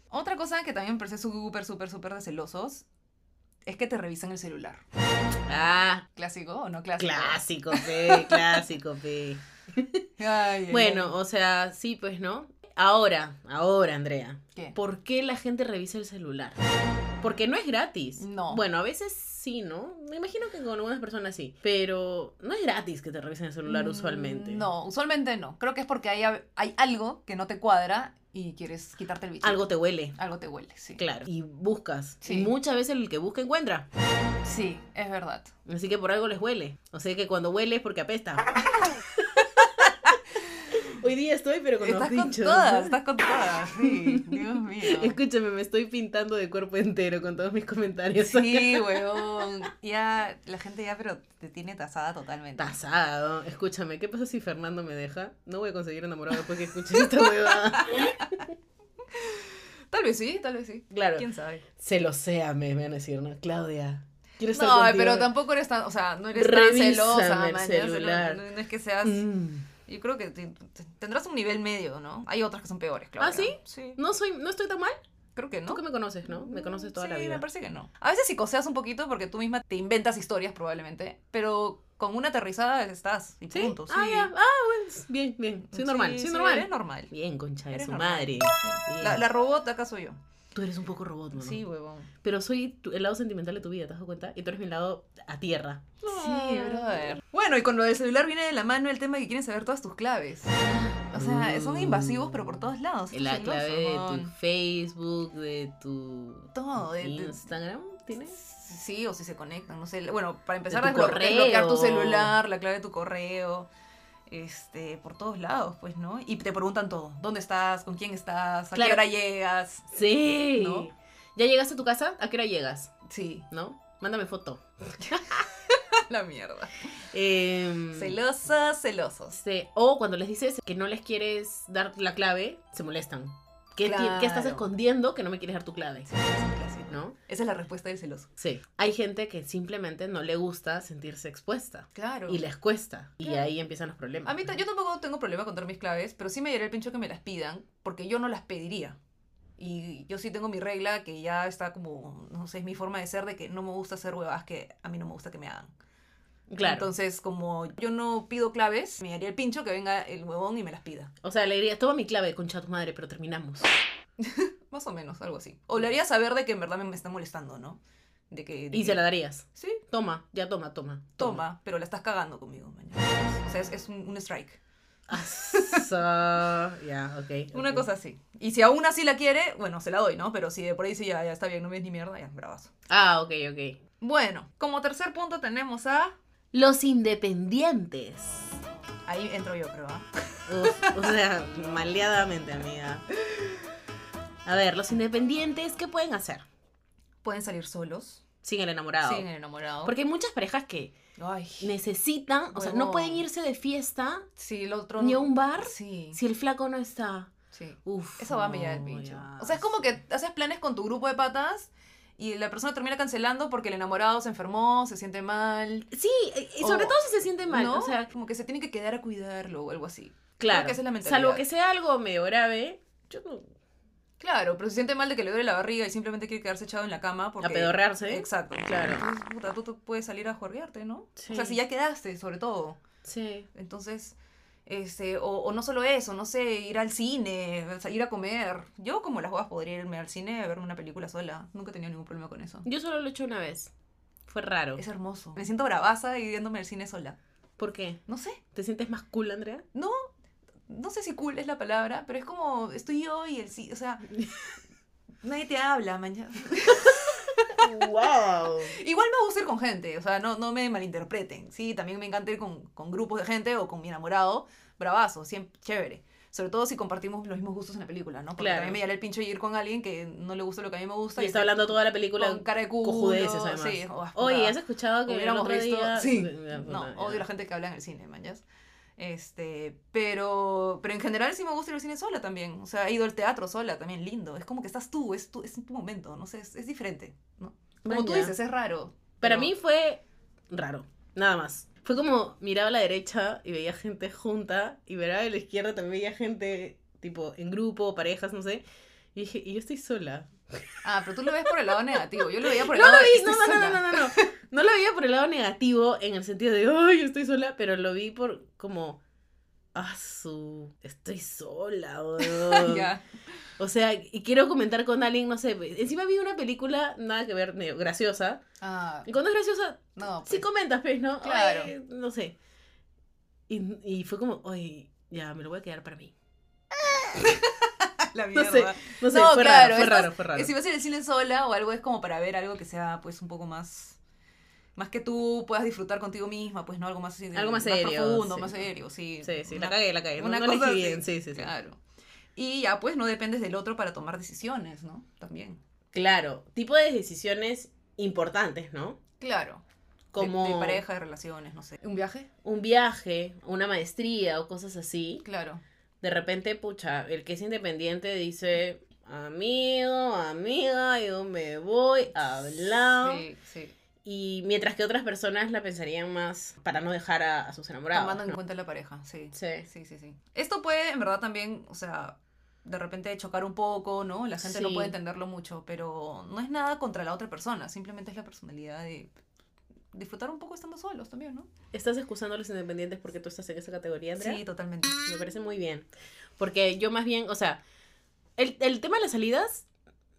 C: Otra cosa que también me parece súper, súper, súper de celosos es que te revisan el celular.
D: Ah,
C: ¿Clásico o no clásico?
D: clásico, pe, clásico, pe.
C: Ay, ay, ay.
D: Bueno, o sea, sí, pues, ¿no? Ahora, ahora, Andrea,
C: ¿Qué?
D: ¿por qué la gente revisa el celular? Porque no es gratis.
C: No.
D: Bueno, a veces sí, ¿no? Me imagino que con algunas personas sí. Pero no es gratis que te revisen el celular
C: Mm,
D: usualmente.
C: No, usualmente no. Creo que es porque hay, hay algo que no te cuadra y quieres quitarte el bicho.
D: Algo te huele.
C: Algo te huele, sí.
D: Claro. Y buscas.
C: Sí.
D: Y muchas veces el que busca encuentra.
C: Sí, es verdad.
D: Así que por algo les huele. O sea que cuando huele es porque apesta. Hoy día estoy, pero con
C: estás
D: los
C: con
D: bichos.
C: todas, estás con todas, sí. Dios mío.
D: Escúchame, me estoy pintando de cuerpo entero con todos mis comentarios.
C: Sí, huevón. Ya, la gente ya, pero te tiene tasada totalmente.
D: Tasado. Escúchame, ¿qué pasa si Fernando me deja? No voy a conseguir enamorado después que escuche esta huevada.
C: Tal vez sí, tal vez sí.
D: Claro.
C: ¿Quién sabe?
D: Se lo sea, me van a decir, ¿no? Claudia. Quiero estar
C: No, ay,
D: contigo.
C: pero tampoco eres tan, o sea, no eres
D: Revísame
C: tan celosa,
D: el
C: mañas,
D: celular.
C: No, no es que seas,
D: Mm.
C: yo creo que te- te- tendrás un nivel medio, ¿no? Hay otras que son peores, claro.
D: ¿Ah, sí?
C: Sí.
D: No soy, no estoy tan mal.
C: Creo que
D: Tú
C: no.
D: que me conoces, ¿no? Me conoces toda
C: sí,
D: la vida.
C: me parece que no. A veces psicoseas un poquito porque tú misma te inventas historias probablemente, pero con una aterrizada estás y
D: ¿Sí?
C: punto.
D: Ah,
C: sí.
D: ya. Ah, bueno. Bien, bien. Soy normal,
C: Sí,
D: soy
C: sí,
D: normal.
C: Eres normal.
D: Bien, concha de
C: Eres
D: su
C: normal.
D: madre.
C: Sí.
D: Bien.
C: La, la robot acá soy yo.
D: Tú eres un poco robot, ¿no?
C: Sí, huevón.
D: Pero soy tu- el lado sentimental de tu vida, ¿te has dado cuenta? Y tú eres mi lado a tierra.
C: Sí,
D: Ah.
C: brother. Bueno, y con lo del celular viene de la mano el tema de que quieren saber todas tus claves. O sea, son invasivos, pero por todos lados.
D: Mm. La
C: Estos
D: clave de
C: celosos,
D: tu
C: ¿no?
D: Facebook, de tu
C: Todo, de- de-
D: Instagram, ¿tienes?
C: Sí, o si se conectan, no sé. Bueno, para empezar,
D: tu
C: a desblo-
D: correo.
C: desbloquear tu celular, la clave de tu correo. Este, por todos lados, pues, ¿no? Y te preguntan todo. ¿Dónde estás? ¿Con quién estás? ¿A
D: Claro.
C: qué hora llegas?
D: Sí.
C: ¿No?
D: ¿Ya llegaste a tu casa? ¿A qué hora llegas?
C: Sí.
D: ¿No? Mándame foto.
C: la mierda.
D: Em,
C: Celosas, celosos.
D: este, o cuando les dices que no les quieres dar la clave, se molestan. ¿Qué, ti- qué estás
C: Claro.
D: escondiendo que no me quieres dar tu clave? ¿No?
C: Esa es la respuesta del celoso.
D: Sí. Hay gente que simplemente no le gusta sentirse expuesta.
C: Claro.
D: Y les cuesta. Y
C: Claro.
D: ahí empiezan los problemas.
C: A mí ta- yo tampoco tengo problema con dar mis claves, pero sí me daría el pincho que me las pidan, porque yo no las pediría. Y yo sí tengo mi regla que ya está como, no sé, es mi forma de ser de que no me gusta hacer huevas que a mí no me gusta que me hagan.
D: Claro.
C: Entonces, como yo no pido claves, me haría el pincho que venga el huevón y me las pida.
D: o sea, le diría, toma mi clave, concha de tu madre, pero terminamos.
C: Más o menos, algo así. O le haría saber de que en verdad me, me está molestando, ¿no? De que... de
D: Y se
C: que-
D: la darías.
C: Sí,
D: Toma, ya toma, toma.
C: toma, pero la estás cagando conmigo, man. O sea, es, es un, un strike.
D: Ah, so- ya, ok.
C: Una
D: ok.
C: cosa así. Y si aún así la quiere, bueno, se la doy, ¿no? Pero si de por ahí dice, ya, ya está bien, no ves ni mierda, ya, bravazo.
D: Ah, ok, ok.
C: Bueno, como tercer punto tenemos a...
D: Los independientes.
C: Ahí entro yo, creo, ¿ah?
D: Uf, o sea, maleadamente, amiga. A ver, los independientes, ¿qué pueden hacer
C: Pueden salir solos.
D: sin el enamorado?
C: Sin el enamorado.
D: Porque hay muchas parejas que
C: Ay,
D: necesitan, o sea, no
C: Huevón.
D: pueden irse de fiesta
C: sí, el otro...
D: ni a un bar
C: Sí,
D: si el flaco no está.
C: sí.
D: Uf.
C: Eso va a mirar el
D: no,
C: pincho.
D: ya.
C: O sea, es como que haces planes con tu grupo de patas y la persona termina cancelando porque el enamorado se enfermó, se siente mal.
D: Sí, y sobre
C: O-
D: todo si se siente mal.
C: ¿no?
D: O sea,
C: como que se tiene que quedar a cuidarlo o algo así.
D: claro.
C: que esa es la mentalidad.
D: salvo que sea algo medio grave, yo no-
C: Claro, pero se siente mal de que le duele la barriga y simplemente quiere quedarse echado en la cama porque...
D: a pedorrearse.
C: Exacto.
D: Claro.
C: Entonces, puta, tú te puedes salir a juerguearte, ¿no?
D: Sí.
C: O sea, si ya quedaste, sobre todo.
D: Sí.
C: Entonces, este, o, o no solo eso, no sé, ir al cine, o sea, ir a comer. Yo como las huevas podría irme al cine a verme una película sola. Nunca he tenido ningún problema con eso.
D: Yo solo lo he hecho una vez. Fue raro.
C: Es hermoso. Me siento bravaza y yéndome al cine sola.
D: ¿Por qué?
C: No sé,
D: ¿Te sientes más cool, Andrea?
C: no sé si cool es la palabra, pero es como estoy yo y el sí, o sea, nadie te habla mañana.
D: ¡Wow!
C: Igual me gusta ir con gente, o sea, no, no me malinterpreten, sí, también me encanta ir con, con grupos de gente o con mi enamorado, bravazo, siempre chévere. Sobre todo si compartimos los mismos gustos en la película, ¿no? Porque
D: Claro.
C: también me llama el pincho ir con alguien que no le gusta lo que a mí me gusta
D: Y está hablando toda la película.
C: con cara de culo.
D: cojudeces, además.
C: Sí, oh, puta.
D: Oye, ¿has escuchado que el
C: hubiéramos
D: otro
C: visto.
D: día-
C: Sí.
D: Ya, puta,
C: No,
D: ya.
C: odio la gente que habla en el cine, manjas. Este, pero, pero en general sí me gusta ir al cine sola también. O sea, he ido al teatro sola también, lindo. Es como que estás tú, es tu, es tu momento, no sé, es, es diferente, ¿no? Como tú
D: Maña.
C: dices, es raro.
D: Para
C: pero-
D: mí fue raro, nada más. Fue como miraba a la derecha y veía gente junta y miraba a la izquierda también veía gente tipo en grupo, parejas, no sé. Y dije, y yo estoy sola.
C: Ah, pero tú lo ves por el lado negativo. Yo lo veía por el
D: No lo
C: lado
D: vi,
C: estoy
D: no, no, no,
C: sola.
D: no, no, no. No lo veía por el lado negativo en el sentido de, ay, estoy sola, pero lo vi por como, ah, su, estoy sola, weón".
C: Ya.
D: O sea, y quiero comentar con alguien, no sé, encima vi una película, nada que ver, medio graciosa.
C: Ah,
D: Y cuando es graciosa,
C: no.
D: sí
C: pues.
D: comentas, pues, ¿no?
C: Claro.
D: Ay, no sé. Y, y fue como, oye, ya, me lo voy a quedar para mí.
C: La
D: No
C: mierda.
D: sé, No sé,
C: No,
D: fue
C: claro,
D: raro, fue
C: estás-
D: raro, fue raro.
C: Eh, Si vas a ir al cine sola o algo, es como para ver algo que sea, pues, un poco más. Más que tú puedas disfrutar contigo misma, pues, ¿no? Algo más así de-
D: Algo más serio,
C: profundo,
D: sí.
C: más serio, sí.
D: Sí, sí,
C: Una-
D: la cagué, la cagué. No,
C: una
D: no elegí
C: cosa así. Ah,
D: bien, sí, sí, sí.
C: Claro. Y ya, pues, no dependes del otro para tomar decisiones, ¿no? También.
D: Claro, tipo de decisiones importantes, ¿no?
C: Claro.
D: Como
C: De, de pareja, de relaciones, no sé. ¿Un viaje?
D: un viaje, una maestría o cosas así.
C: Claro.
D: De repente, pucha, el que es independiente dice, amigo, amiga, yo me voy, hablamos.
C: Sí, sí.
D: Y mientras que otras personas la pensarían más para no dejar a, a sus enamorados.
C: Tomando en
D: ¿no?
C: cuenta la pareja, sí.
D: Sí.
C: Sí, sí, sí. Esto puede, en verdad, también, o sea, de repente chocar un poco, ¿no? La gente no
D: Sí.
C: puede entenderlo mucho, pero no es nada contra la otra persona, simplemente es la personalidad de disfrutar un poco estando solos también, ¿no?
D: Estás excusando a los independientes porque tú estás en esa categoría, Andrea.
C: Sí, totalmente.
D: Me parece muy bien. Porque yo más bien, o sea, el, el tema de las salidas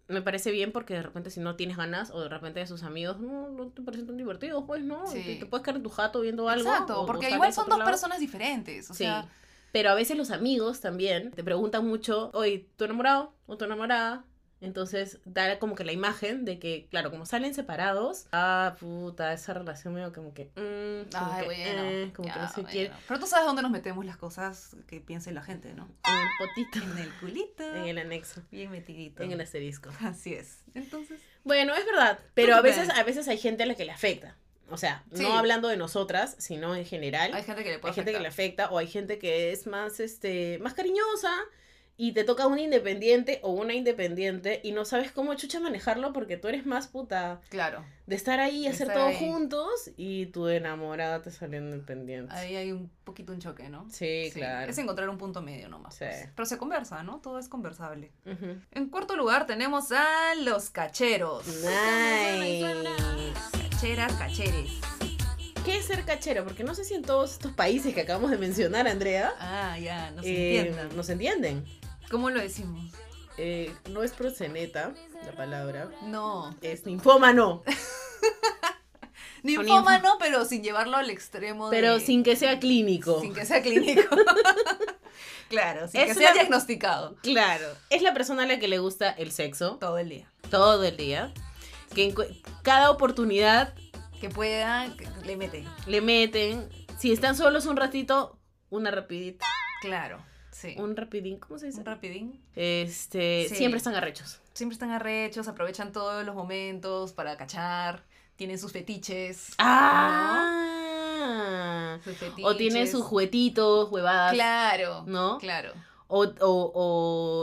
D: me parece bien porque de repente si no tienes ganas o de repente de sus amigos no, no te parecen tan divertidos, pues, ¿no?
C: Sí.
D: Te, te puedes quedar en tu jato viendo algo.
C: Exacto,
D: o- o
C: porque
D: sales
C: igual
D: a
C: son
D: otro
C: dos
D: lado.
C: personas diferentes, o
D: Sí.
C: sea,
D: Pero a veces los amigos también te preguntan mucho, oye, ¿tu enamorado o tu enamorada? Entonces da como que la imagen de que, claro, como salen separados, ah, puta, esa relación medio como que, mm, como
C: ay,
D: que,
C: bueno,
D: eh, como que
C: ya,
D: no sé
C: bueno.
D: qué,
C: Pero tú sabes dónde nos metemos las cosas que piensa la gente, ¿no?
D: en el potito,
C: En el culito,
D: en el anexo,
C: bien metidito.
D: en el asterisco.
C: Así es. Entonces,
D: Bueno, es verdad, pero a
C: Puta.
D: veces, a veces hay gente a la que le afecta. O sea,
C: Sí.
D: no hablando de nosotras, sino en general.
C: Hay gente que le
D: ¿Eh?
C: puede
D: hay gente que le
C: afectar.
D: afecta o hay gente que es más este más cariñosa y te toca un independiente o una independiente y no sabes cómo chucha manejarlo porque tú eres más puta
C: Claro.
D: de estar ahí y
C: De
D: hacer
C: estar
D: todo
C: ahí.
D: juntos y tu enamorada te salió independiente.
C: Ahí hay un poquito un choque, ¿no?
D: Sí, claro.
C: Es encontrar un punto medio nomás.
D: Sí.
C: pues. Pero se conversa, ¿no? Todo es conversable.
D: Ujú.
C: En cuarto lugar tenemos a los cacheros.
D: Nice.
C: Cacheras, cacheres.
D: ¿Qué es ser cachero? Porque no sé si en todos estos países que acabamos de mencionar, Andrea,
C: Ah, ya, nos
D: eh,
C: entiendan.
D: nos entienden.
C: ¿Cómo lo decimos?
D: Eh, no es proxeneta la palabra,
C: No.
D: es ninfómano,
C: Ninfómano, pero sin llevarlo al extremo de-
D: pero sin que sea clínico.
C: Sin que sea clínico. claro, sin
D: Es
C: que sea
D: una-
C: diagnosticado.
D: Claro, es la persona a la que le gusta el sexo
C: Todo el día.
D: todo el día, que en cu- cada oportunidad
C: Que pueda, que le mete.
D: le meten, si están solos un ratito, una rapidita,
C: Claro, sí. Un,
D: un rapidín, ¿cómo se dice?
C: rapidín.
D: Este,
C: Sí.
D: siempre están arrechos.
C: Siempre están arrechos, aprovechan todos los momentos para cachar, tienen sus fetiches.
D: Ah.
C: ¿no? Sus
D: O tienen
C: fetiches.
D: sus juguetitos, huevadas.
C: Claro.
D: ¿no?
C: Claro.
D: O, o-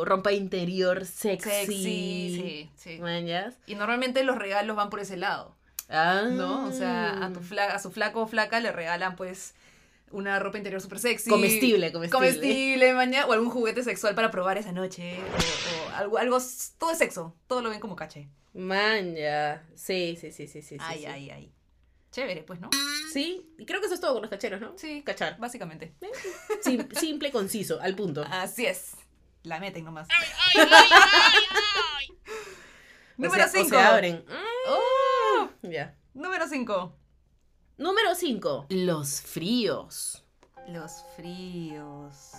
D: o ropa interior sexy.
C: Sexy, sí, sí.
D: Mañas.
C: Y normalmente los regalos van por ese lado.
D: Ah.
C: ¿no? O sea, a, tu fla- a su flaco o flaca le regalan, pues, una ropa interior súper sexy.
D: Comestible, comestible.
C: Comestible, mañana, o algún juguete sexual para probar esa noche, o, o algo, algo, s- todo es sexo, todo lo ven como caché.
D: Maña. Sí, sí, sí, sí, sí. sí,
C: ay,
D: sí.
C: ay, ay. Chévere, pues, ¿no?
D: Sí, y creo que eso es todo con los cacheros, ¿no?
C: Sí,
D: Cachar.
C: básicamente.
D: Sim- simple, conciso, al punto.
C: Así es. La meten nomás.
D: O
C: Número
D: sea, o
C: 5.
D: se abren. Mm.
C: Oh,
D: Ya.
C: número 5.
D: Número 5. Los fríos.
C: Los fríos.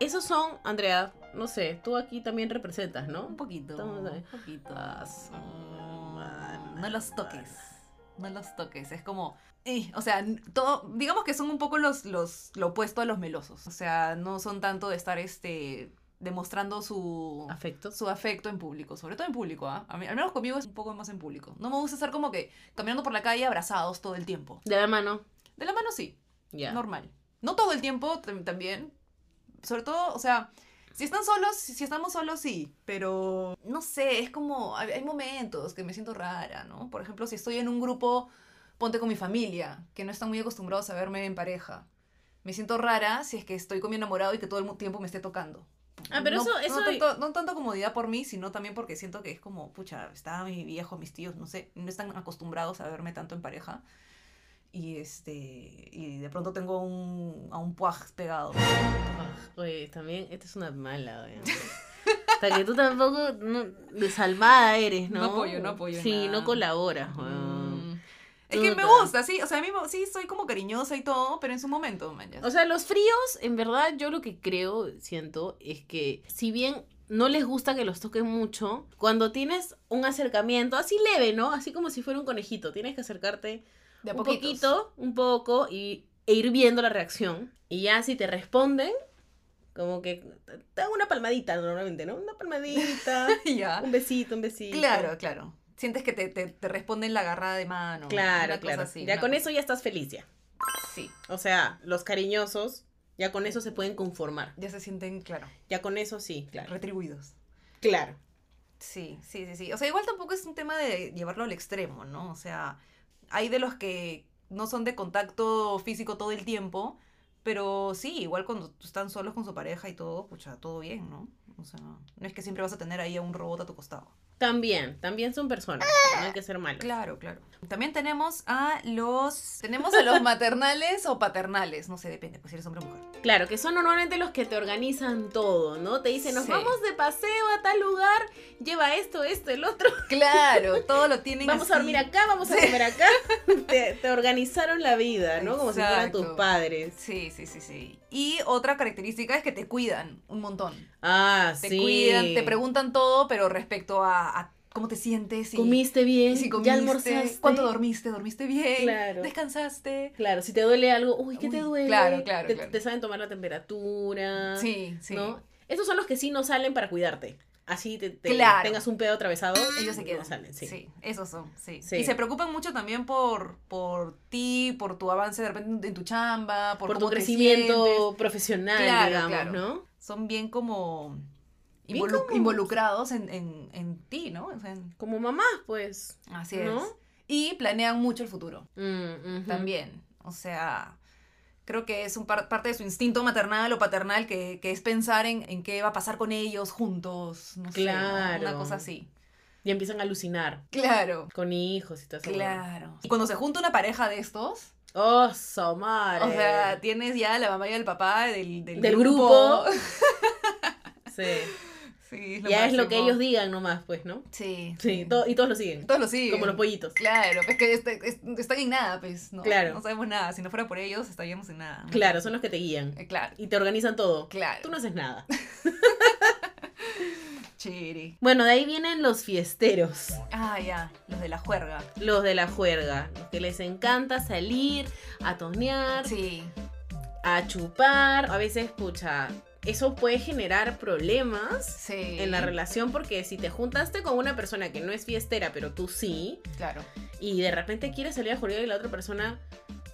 D: Esos son, Andrea, no sé, tú aquí también representas,
C: Un
D: ¿no?
C: poquito.
D: Estamos ahí.
C: Un poquito.
D: Ah, su
C: Mm,
D: madre.
C: No los toques. No los toques. Es como. eh, o sea, n- todo, digamos que son un poco los, los, lo opuesto a los melosos. O sea, no son tanto de estar este demostrando su,
D: Afectos.
C: su afecto en público, sobre todo en público, ¿ah? A mí- al menos conmigo es un poco más en público. No me gusta estar como que caminando por la calle abrazados todo el tiempo.
D: De la mano.
C: De la mano sí,
D: Ya.
C: normal. No todo el tiempo tam- también. Sobre todo, o sea, si están solos, si estamos solos, sí. Pero, no sé, es como, hay, hay momentos que me siento rara, ¿no? Por ejemplo, si estoy en un grupo, ponte con mi familia, que no están muy acostumbrados a verme en pareja. Me siento rara si es que estoy con mi enamorado y que todo el mu- tiempo me esté tocando.
D: Ah, pero
C: No-
D: eso- eso-
C: No tanto, no tanto comodidad por mí, sino también porque siento que es como, pucha, está mi viejo, mis tíos, no sé, no están acostumbrados a verme tanto en pareja. Y este y de pronto tengo un, a un puaj pegado.
D: Ah, Oye, también, esta es una mala, oye. Hasta que tú tampoco no, desalmada eres, ¿no?
C: No apoyo, no apoyo
D: Sí,
C: nada.
D: no colaboras, weón.
C: Mm. Es que me
D: Chuta.
C: gusta, sí, o sea, a mí me- sí soy como cariñosa y todo, pero en su momento, man, ya.
D: O sea, los fríos, en verdad, yo lo que creo, siento, es que si bien no les gusta que los toquen mucho, cuando tienes un acercamiento así leve, ¿no? Así como si fuera un conejito, tienes que acercarte
C: de a
D: un
C: poquitos.
D: poquito, un poco, y, e ir viendo la reacción. Y ya si te responden, como que te- te hago una palmadita normalmente, ¿no? Una palmadita,
C: ya.
D: un besito, un besito.
C: Claro, claro. Sientes que te, te, te responden la agarrada de mano.
D: Claro,
C: una cosa
D: claro.
C: así,
D: ya
C: una
D: con
C: cosa-
D: eso ya estás feliz ya.
C: Sí,
D: O sea, los cariñosos, ya con eso se pueden conformar.
C: ya se sienten, claro,
D: Ya con eso sí, claro.
C: retribuidos.
D: Claro.
C: Sí, sí, sí, sí. O sea, igual tampoco es un tema de llevarlo al extremo, ¿no? O sea, hay de los que no son de contacto físico todo el tiempo, pero sí, igual cuando están solos con su pareja y todo, pucha, todo bien, ¿no? O sea, no es que siempre vas a tener ahí a un robot a tu costado.
D: También, también son personas. No hay que ser malos.
C: Claro, claro. También tenemos a los... Tenemos a los maternales o paternales, no sé, depende, pues si eres hombre o mujer.
D: Claro, que son normalmente los que te organizan todo, ¿no? Te dicen, nos
C: Sí.
D: vamos de paseo a tal lugar, lleva esto, esto, el otro.
C: Claro, todo lo tienen
D: Vamos a
C: así.
D: dormir acá, vamos a comer acá. Te, te organizaron la vida, ¿no? Como si fueran
C: Exacto.
D: tus padres.
C: Sí, sí, sí, sí. Y otra característica es que te cuidan un montón.
D: Ah,
C: Te
D: sí.
C: cuidan, te preguntan todo, pero respecto a, a cómo te sientes. Y,
D: ¿Comiste bien?
C: y si
D: ¿Ya
C: comiste,
D: almorzaste?
C: ¿Cuánto dormiste? ¿Dormiste bien?
D: Claro.
C: ¿Descansaste?
D: Claro, si te duele algo, uy, ¿qué te
C: Uy,
D: duele?
C: claro, claro,
D: Te,
C: claro.
D: te saben tomar la temperatura.
C: Sí, sí.
D: ¿no? Esos son los que sí no salen para cuidarte. así te, te-
C: Claro.
D: tengas un pedo atravesado.
C: Ellos se quedan.
D: no salen, sí.
C: esos son, sí.
D: Sí.
C: Y se preocupan mucho también por, por ti, por tu avance de repente en tu chamba, por,
D: Por, tu
C: cómo te
D: crecimiento
C: sientes.
D: profesional,
C: Claro,
D: digamos,
C: claro.
D: ¿no?
C: Son bien como,
D: Bien
C: involu-
D: como-
C: involucrados en, en, en ti, ¿no? O sea, en-
D: Como mamás, pues.
C: así
D: ¿No?
C: es. Y planean mucho el futuro.
D: Mm, ujú.
C: también. O sea, creo que es un par- parte de su instinto maternal o paternal que, que es pensar en, en qué va a pasar con ellos juntos, no sé, ¿no?
D: Claro.
C: una cosa así.
D: Y empiezan a alucinar
C: Claro.
D: con hijos y todo eso.
C: Claro. Y cuando se junta una pareja de estos,
D: Oh, somar.
C: o sea, tienes ya a la mamá y al papá del, del,
D: Del
C: grupo.
D: grupo. sí.
C: Sí, es lo
D: Ya es lo que
C: máximo.
D: ellos digan nomás, pues, ¿no?
C: Sí.
D: Sí, to- y todos lo siguen.
C: Todos lo siguen.
D: Como los pollitos.
C: Claro, pues que est- est- están en nada, pues, ¿no?
D: Claro.
C: No sabemos nada. Si no fuera por ellos, estaríamos en nada.
D: Claro, son los que te guían.
C: Eh, Claro.
D: Y te organizan todo.
C: Claro.
D: Tú no haces nada.
C: Chiri.
D: Bueno, de ahí vienen los fiesteros,
C: Ah, ya. Los de la juerga.
D: los de la juerga, los que les encanta salir a tonear,
C: Sí.
D: a chupar. A veces, pucha, eso puede generar problemas
C: Sí.
D: en la relación porque si te juntaste con una persona que no es fiestera, pero tú sí,
C: Claro.
D: y de repente quieres salir a jugar y la otra persona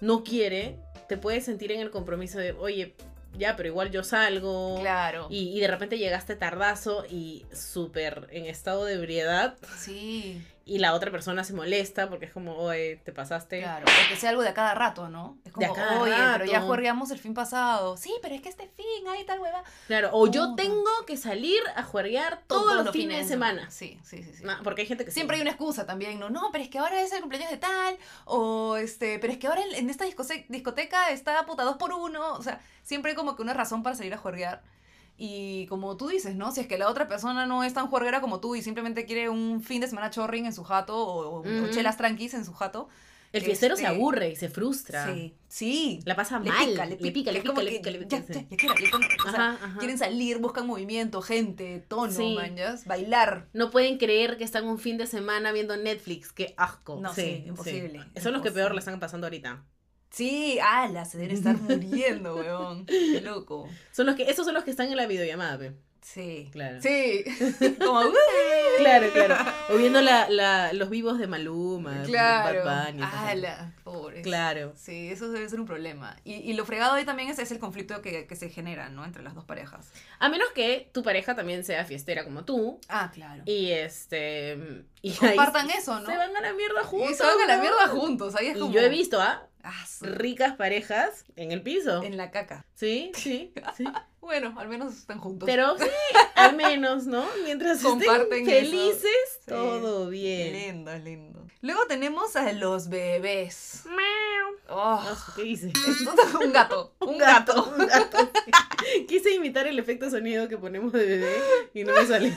D: no quiere, te puedes sentir en el compromiso de, oye, ya, pero igual yo salgo.
C: Claro.
D: Y, y de repente llegaste tardazo y súper en estado de ebriedad
C: Sí.
D: y la otra persona se molesta porque es como, oye, te pasaste.
C: Claro. O que sea algo de a cada rato, ¿no? Es
D: De
C: como,
D: a cada
C: oye, pero ya
D: rato".
C: juergueamos el fin pasado. Sí, pero es que este fin, hay tal hueva.
D: Claro, o
C: Puta.
D: yo tengo que salir a juerguear todos, los, fines de semana.
C: Sí, sí, sí. sí.
D: No, porque hay gente que sí.
C: Siempre hay una excusa también, ¿no? No, pero es que ahora es el cumpleaños de tal, o este, pero es que ahora en, en esta discose- discoteca está puta dos por uno, o sea, siempre hay como que una razón para salir a juerguear. Y como tú dices, ¿no? Si es que la otra persona no es tan juerguera como tú y simplemente quiere un fin de semana chorring en su jato o, o- o
D: Ujú.
C: chelas tranquis en su jato.
D: El fiestero se
C: este-
D: aburre y se frustra.
C: Sí, sí.
D: La pasa
C: Le
D: mal.
C: pica, le pica,
D: le
C: es como
D: pica, le
C: que
D: pica, le
C: ya,
D: pica,
C: ya,
D: sí.
C: ya quiero, ya quiero, o sea,
D: Ajá, ajá.
C: Quieren salir, buscan movimiento, gente, tono,
D: Sí.
C: manjas, bailar.
D: No pueden creer que están un fin de semana viendo Netflix. Qué asco.
C: No, sí, imposible,
D: Son los que peor
C: imposible.
D: la están pasando ahorita.
C: Sí, ala, se deben estar muriendo, weón. Qué loco.
D: Son los que, esos son los que están en la videollamada, pe.
C: Sí.
D: Claro.
C: Sí. Como, "Uh".
D: Claro, claro. O viendo la, la- los vivos de Maluma,
C: Claro.
D: Bad Bunny, esas cosas.
C: Ala, pobres.
D: Claro.
C: Sí, eso debe ser un problema. Y, y lo fregado ahí también es, es el conflicto que, que se genera, ¿no? Entre las dos parejas.
D: A menos que tu pareja también sea fiestera como tú.
C: Ah, claro.
D: Y este. Y ahí
C: Compartan eso, ¿no?
D: se van a la mierda juntos.
C: y se van a la
D: ¿no?
C: mierda juntos. Ahí es
D: Y
C: como.
D: yo he visto a
C: Ah, su-
D: ricas parejas en el piso.
C: En la caca.
D: Sí, sí, sí.
C: Bueno, al menos están juntos.
D: Pero sí, al menos, ¿no? Mientras
C: Comparten
D: estén felices,
C: Sí.
D: todo bien.
C: Lindo, lindo. Luego tenemos a los bebés.
D: Ah,
C: Oh,
D: ¿Qué hice?
C: esto- un gato. Un gato.
D: Un gato, sí. Quise imitar el efecto sonido que ponemos de bebé y no me salió.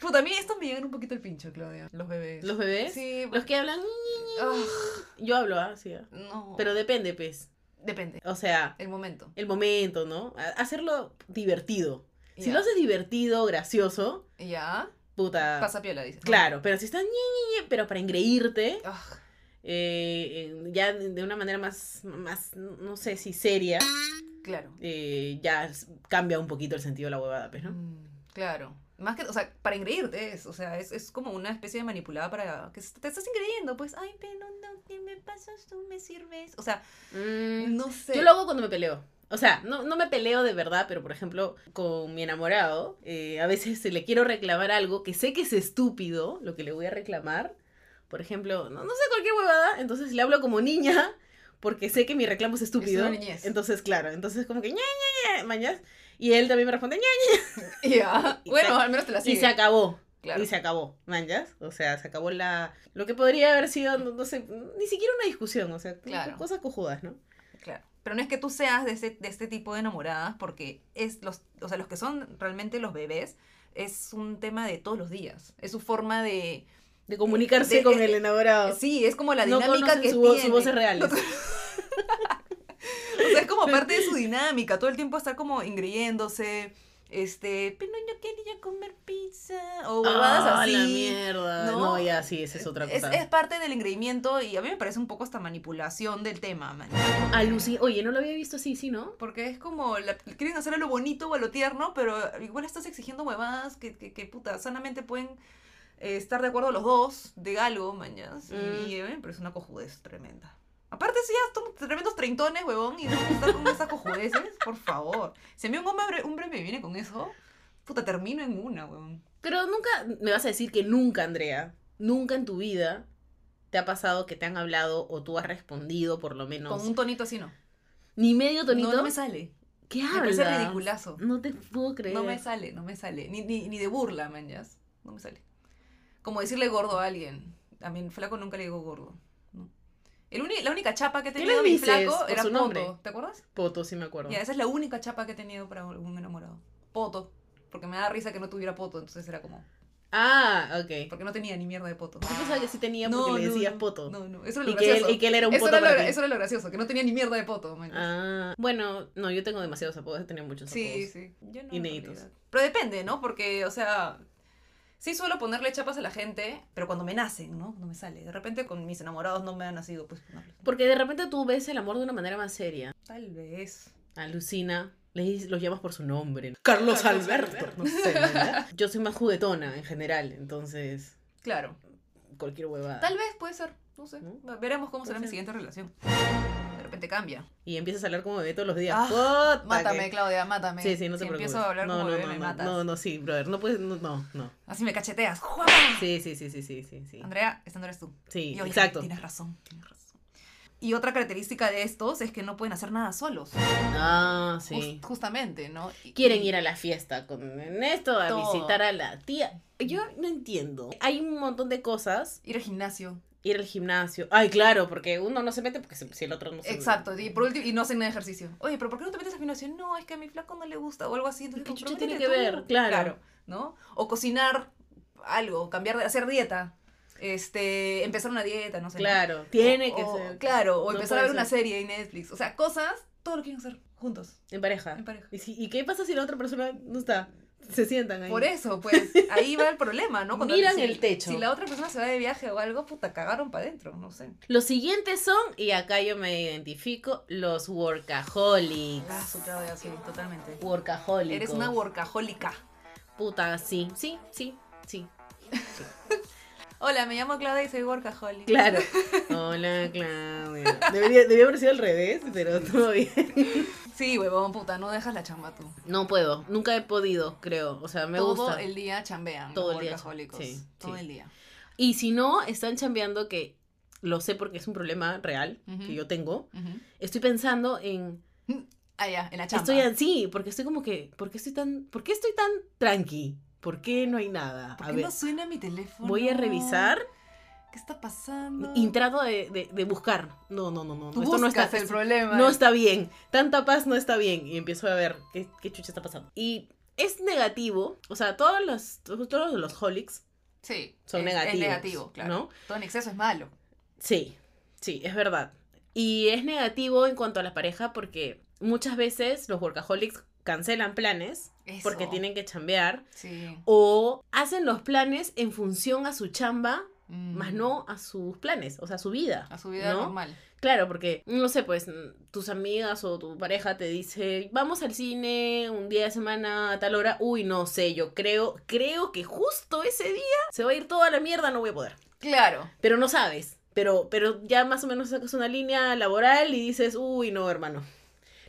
C: Puta, a mí estos me llegan un poquito el pincho, Claudia. Los bebés.
D: ¿Los bebés?
C: Sí,
D: Los que hablan.
C: Ugh,
D: Yo hablo, ah, sí. ah.
C: no.
D: Pero depende, pues.
C: depende.
D: O sea,
C: El momento.
D: el momento, ¿no? Ha- Hacerlo divertido. Si
C: Ya.
D: lo haces divertido, gracioso,
C: Ya.
D: puta.
C: Pasa piola, dice.
D: Claro, pero si estás ñe, ñe, ñe, pero para engreírte,
C: Ugh,
D: eh, en- ya de de una manera más, más, no sé si seria,
C: claro.
D: eh, ya s- cambia un poquito el sentido de la huevada, pues, ¿no?
C: Mm, claro. Más que, o sea, para engreírte es, o sea, es, es como una especie de manipulada para que se- te estás engreíendo, pues, ay, pero no, ¿qué me pasas? Tú me sirves. O sea,
D: Mm,
C: no sé.
D: Yo lo hago cuando me peleo. O sea, no, no me peleo de verdad, pero por ejemplo, con mi enamorado, eh, a veces se le quiero reclamar algo que sé que es estúpido, lo que le voy a reclamar. Por ejemplo, no, no sé cualquier huevada, entonces le hablo como niña, porque sé que mi reclamo es estúpido.
C: una niñez.
D: Entonces, claro, entonces como que ña, ña, ña, mañas. Y él también me responde ña,
C: Ya.
D: Y
C: Bueno,
D: saca-
C: al menos te la
D: y
C: sigue.
D: se acabó.
C: Claro.
D: Y se acabó, manjas. O sea, se acabó la. Lo que podría haber sido, no, no sé, ni siquiera una discusión, o sea,
C: Claro.
D: cosas cojudas, ¿no?
C: Claro. Pero no es que tú seas de, ese- de este tipo de enamoradas, porque es los, o sea, los que son realmente los bebés es un tema de todos los días. Es su forma de.
D: De comunicarse
C: Eh, De-
D: con
C: de-
D: el enamorado.
C: Sí, es como la
D: Ah. no
C: dinámica
D: conocen
C: que
D: su, vo-
C: tiene.
D: su voz es real.
C: O sea, es como parte de su dinámica. Todo el tiempo estar como ingriéndose, Este, pero yo quería comer pizza. O huevadas
D: Ah,
C: así.
D: la mierda.
C: ¿no?
D: ¿no? ya, sí, esa es otra
C: Es,
D: cosa.
C: es parte del engreimiento y a mí me parece un poco esta manipulación del tema, man.
D: Ah, Lucy, oye, no lo había visto así, ¿sí, no?
C: Porque es como, la- quieren hacer a lo bonito o a lo tierno, pero igual estás exigiendo huevadas que, que, que, puta, sanamente pueden eh, estar de acuerdo los dos de algo, mañas. Y, y a mí me parece una cojudez tremenda. Aparte, si ya son tremendos treintones, huevón, y no están con esas cojudeces, por favor. Si a mí un hombre, hombre me viene con eso, puta, termino en una, huevón.
D: Pero nunca, me vas a decir que nunca, Andrea, nunca en tu vida te ha pasado que te han hablado o tú has respondido, por lo menos.
C: Con un tonito así no.
D: Ni medio tonito.
C: No, no me sale.
D: ¿Qué
C: Me parece
D: hablas?
C: ridiculazo.
D: No te puedo creer.
C: No me sale, no me sale. Ni, ni, ni de burla, man, ya. No me sale. Como decirle gordo a alguien. A mí, flaco nunca le digo gordo. ¿no? El uni- la única chapa que he
D: ¿Qué le
C: tenido a mi
D: dices
C: flaco
D: por
C: era
D: su
C: Poto.
D: nombre?
C: ¿Te acuerdas?
D: Poto, sí me acuerdo.
C: Ya, esa es la única chapa que he tenido para un enamorado. Poto. Porque me da risa que no tuviera poto, entonces era como.
D: Ah, ok.
C: Porque no tenía ni mierda de poto.
D: Yo pensaba que sí tenía porque le decías poto.
C: No, no, eso era
D: Y,
C: lo
D: que él,
C: gracioso.
D: y que él era un
C: eso,
D: poto
C: era lo,
D: para
C: gra-
D: ti.
C: eso era lo gracioso, que no tenía ni mierda de poto. man, ya.
D: Ah, bueno, no, yo tengo demasiados apodos, he tenido muchos
C: Sí,
D: apodos.
C: sí. Yo no, en
D: Inéditos.
C: realidad. Pero depende, ¿no? Porque, o sea, sí suelo ponerle chapas a la gente, pero cuando me nacen, ¿no? No me sale. De repente con mis enamorados no me han nacido, pues ponerles.
D: Porque de repente tú ves el amor de una manera más seria.
C: Tal vez.
D: Alucina, les, dices- los llamas por su nombre. Carlos, Alberto. No sé, ¿verdad? Yo soy más juguetona en general, entonces
C: Claro.
D: cualquier huevada.
C: Tal vez puede ser. No sé.
D: ¿No?
C: Veremos cómo será
D: Puede
C: mi
D: ser.
C: siguiente relación. De repente cambia.
D: Y empiezas a hablar como bebé todos los días.
C: Ah,
D: Puta
C: mátame,
D: que-
C: Claudia, mátame.
D: Sí, sí, no te
C: si
D: preocupes.
C: empiezo a hablar
D: no,
C: como
D: no,
C: bebé,
D: no,
C: me
D: no,
C: matas.
D: No, no, sí, brother. No puedes, no, no, no.
C: Así me cacheteas. ¡Jua!
D: Sí, sí, sí, sí, sí, sí, sí.
C: Andrea, esta no eres tú.
D: Sí,
C: Y oye,
D: exacto.
C: Tienes razón, tienes razón. Y otra característica de estos es que no pueden hacer nada solos.
D: Ah, sí.
C: Jus- justamente, ¿no? Y-
D: Quieren
C: y-
D: ir a la fiesta con Ernesto, a
C: Todo.
D: visitar a la tía. Yo no entiendo. Hay un montón de cosas.
C: ir al gimnasio.
D: Ir al gimnasio. Ay, claro, porque uno no se mete porque se- si el otro no se
C: Exacto, y por último, y no hacen nada de ejercicio. Oye, pero ¿por qué no te metes al gimnasio? No, es que a mi flaco no le gusta o algo así. Entonces,
D: ¿Qué
C: como,
D: chucha
C: pero
D: tiene
C: métete
D: que
C: tú.
D: ver? Claro.
C: ¿no? O cocinar algo, cambiar de, hacer dieta. Este, empezar una dieta, no sé. ¿no?
D: Claro, tiene
C: O-
D: que
C: o-
D: ser.
C: Claro, o
D: No
C: empezar a ver
D: puede
C: una
D: ser.
C: serie en Netflix. O sea, cosas, todo lo quieren hacer juntos,
D: En pareja.
C: en pareja.
D: ¿Y, si- y qué pasa si la otra persona no está? Se sientan ahí.
C: Por eso, pues, ahí va el problema, ¿no?
D: Miran
C: si-
D: el techo.
C: Si la otra persona se va de viaje o algo, puta, cagaron para adentro, no sé.
D: Los siguientes son, y acá yo me identifico, los workaholics.
C: Ah, su Claudia, sí, totalmente.
D: Workaholics.
C: Eres una workahólica.
D: Puta, sí, sí, sí, sí.
C: Hola, me llamo Claudia y soy workaholic.
D: Claro. Hola, Claudia. Debería, debería haber sido al revés, pero todo bien.
C: Sí, huevón, puta, no dejas la chamba tú.
D: No puedo, nunca he podido, creo. O sea, me
C: Todo
D: gusta.
C: el día chambean.
D: Todo
C: Todo
D: el día
C: Workahólicos.
D: cham- sí,
C: Todo
D: sí.
C: el día.
D: Y si no, están chambeando que lo sé porque es un problema real
C: Ujú.
D: que yo tengo.
C: Ujú.
D: Estoy pensando en
C: Ah, ya, en la chamba.
D: estoy así, porque estoy como que, ¿por qué estoy tan, por qué estoy tan tranqui? ¿Por qué no hay nada?
C: ¿Por
D: a
C: qué
D: ver,
C: no suena mi teléfono?
D: voy a revisar
C: ¿Qué está pasando?
D: y trato de, de- de buscar. No, no, no, no.
C: Tú
D: esto no está,
C: buscas el problema.
D: no está bien. Tanta paz no está bien. Y empiezo a ver qué, qué chucha está pasando. Y es negativo, o sea, todos los, todos los holics
C: Sí.
D: son
C: es,
D: negativos.
C: Es negativo, claro.
D: ¿no?
C: Todo en exceso es malo.
D: Sí, sí, es verdad. Y es negativo en cuanto a la pareja porque muchas veces los workaholics cancelan planes
C: Eso.
D: porque tienen que chambear
C: Sí.
D: o hacen los planes en función a su chamba,
C: Mm.
D: más no a sus planes, o sea, a su vida.
C: A su vida
D: ¿no?
C: normal.
D: Claro, porque, no sé, pues mm, tus amigas o tu pareja te dice, vamos al cine un día de semana a tal hora. Uy, no sé, yo creo, creo que justo ese día se va a ir toda la mierda, no voy a poder.
C: Claro.
D: Pero no sabes. Pero, pero ya más o menos sacas una línea laboral y dices, uy, no, hermano.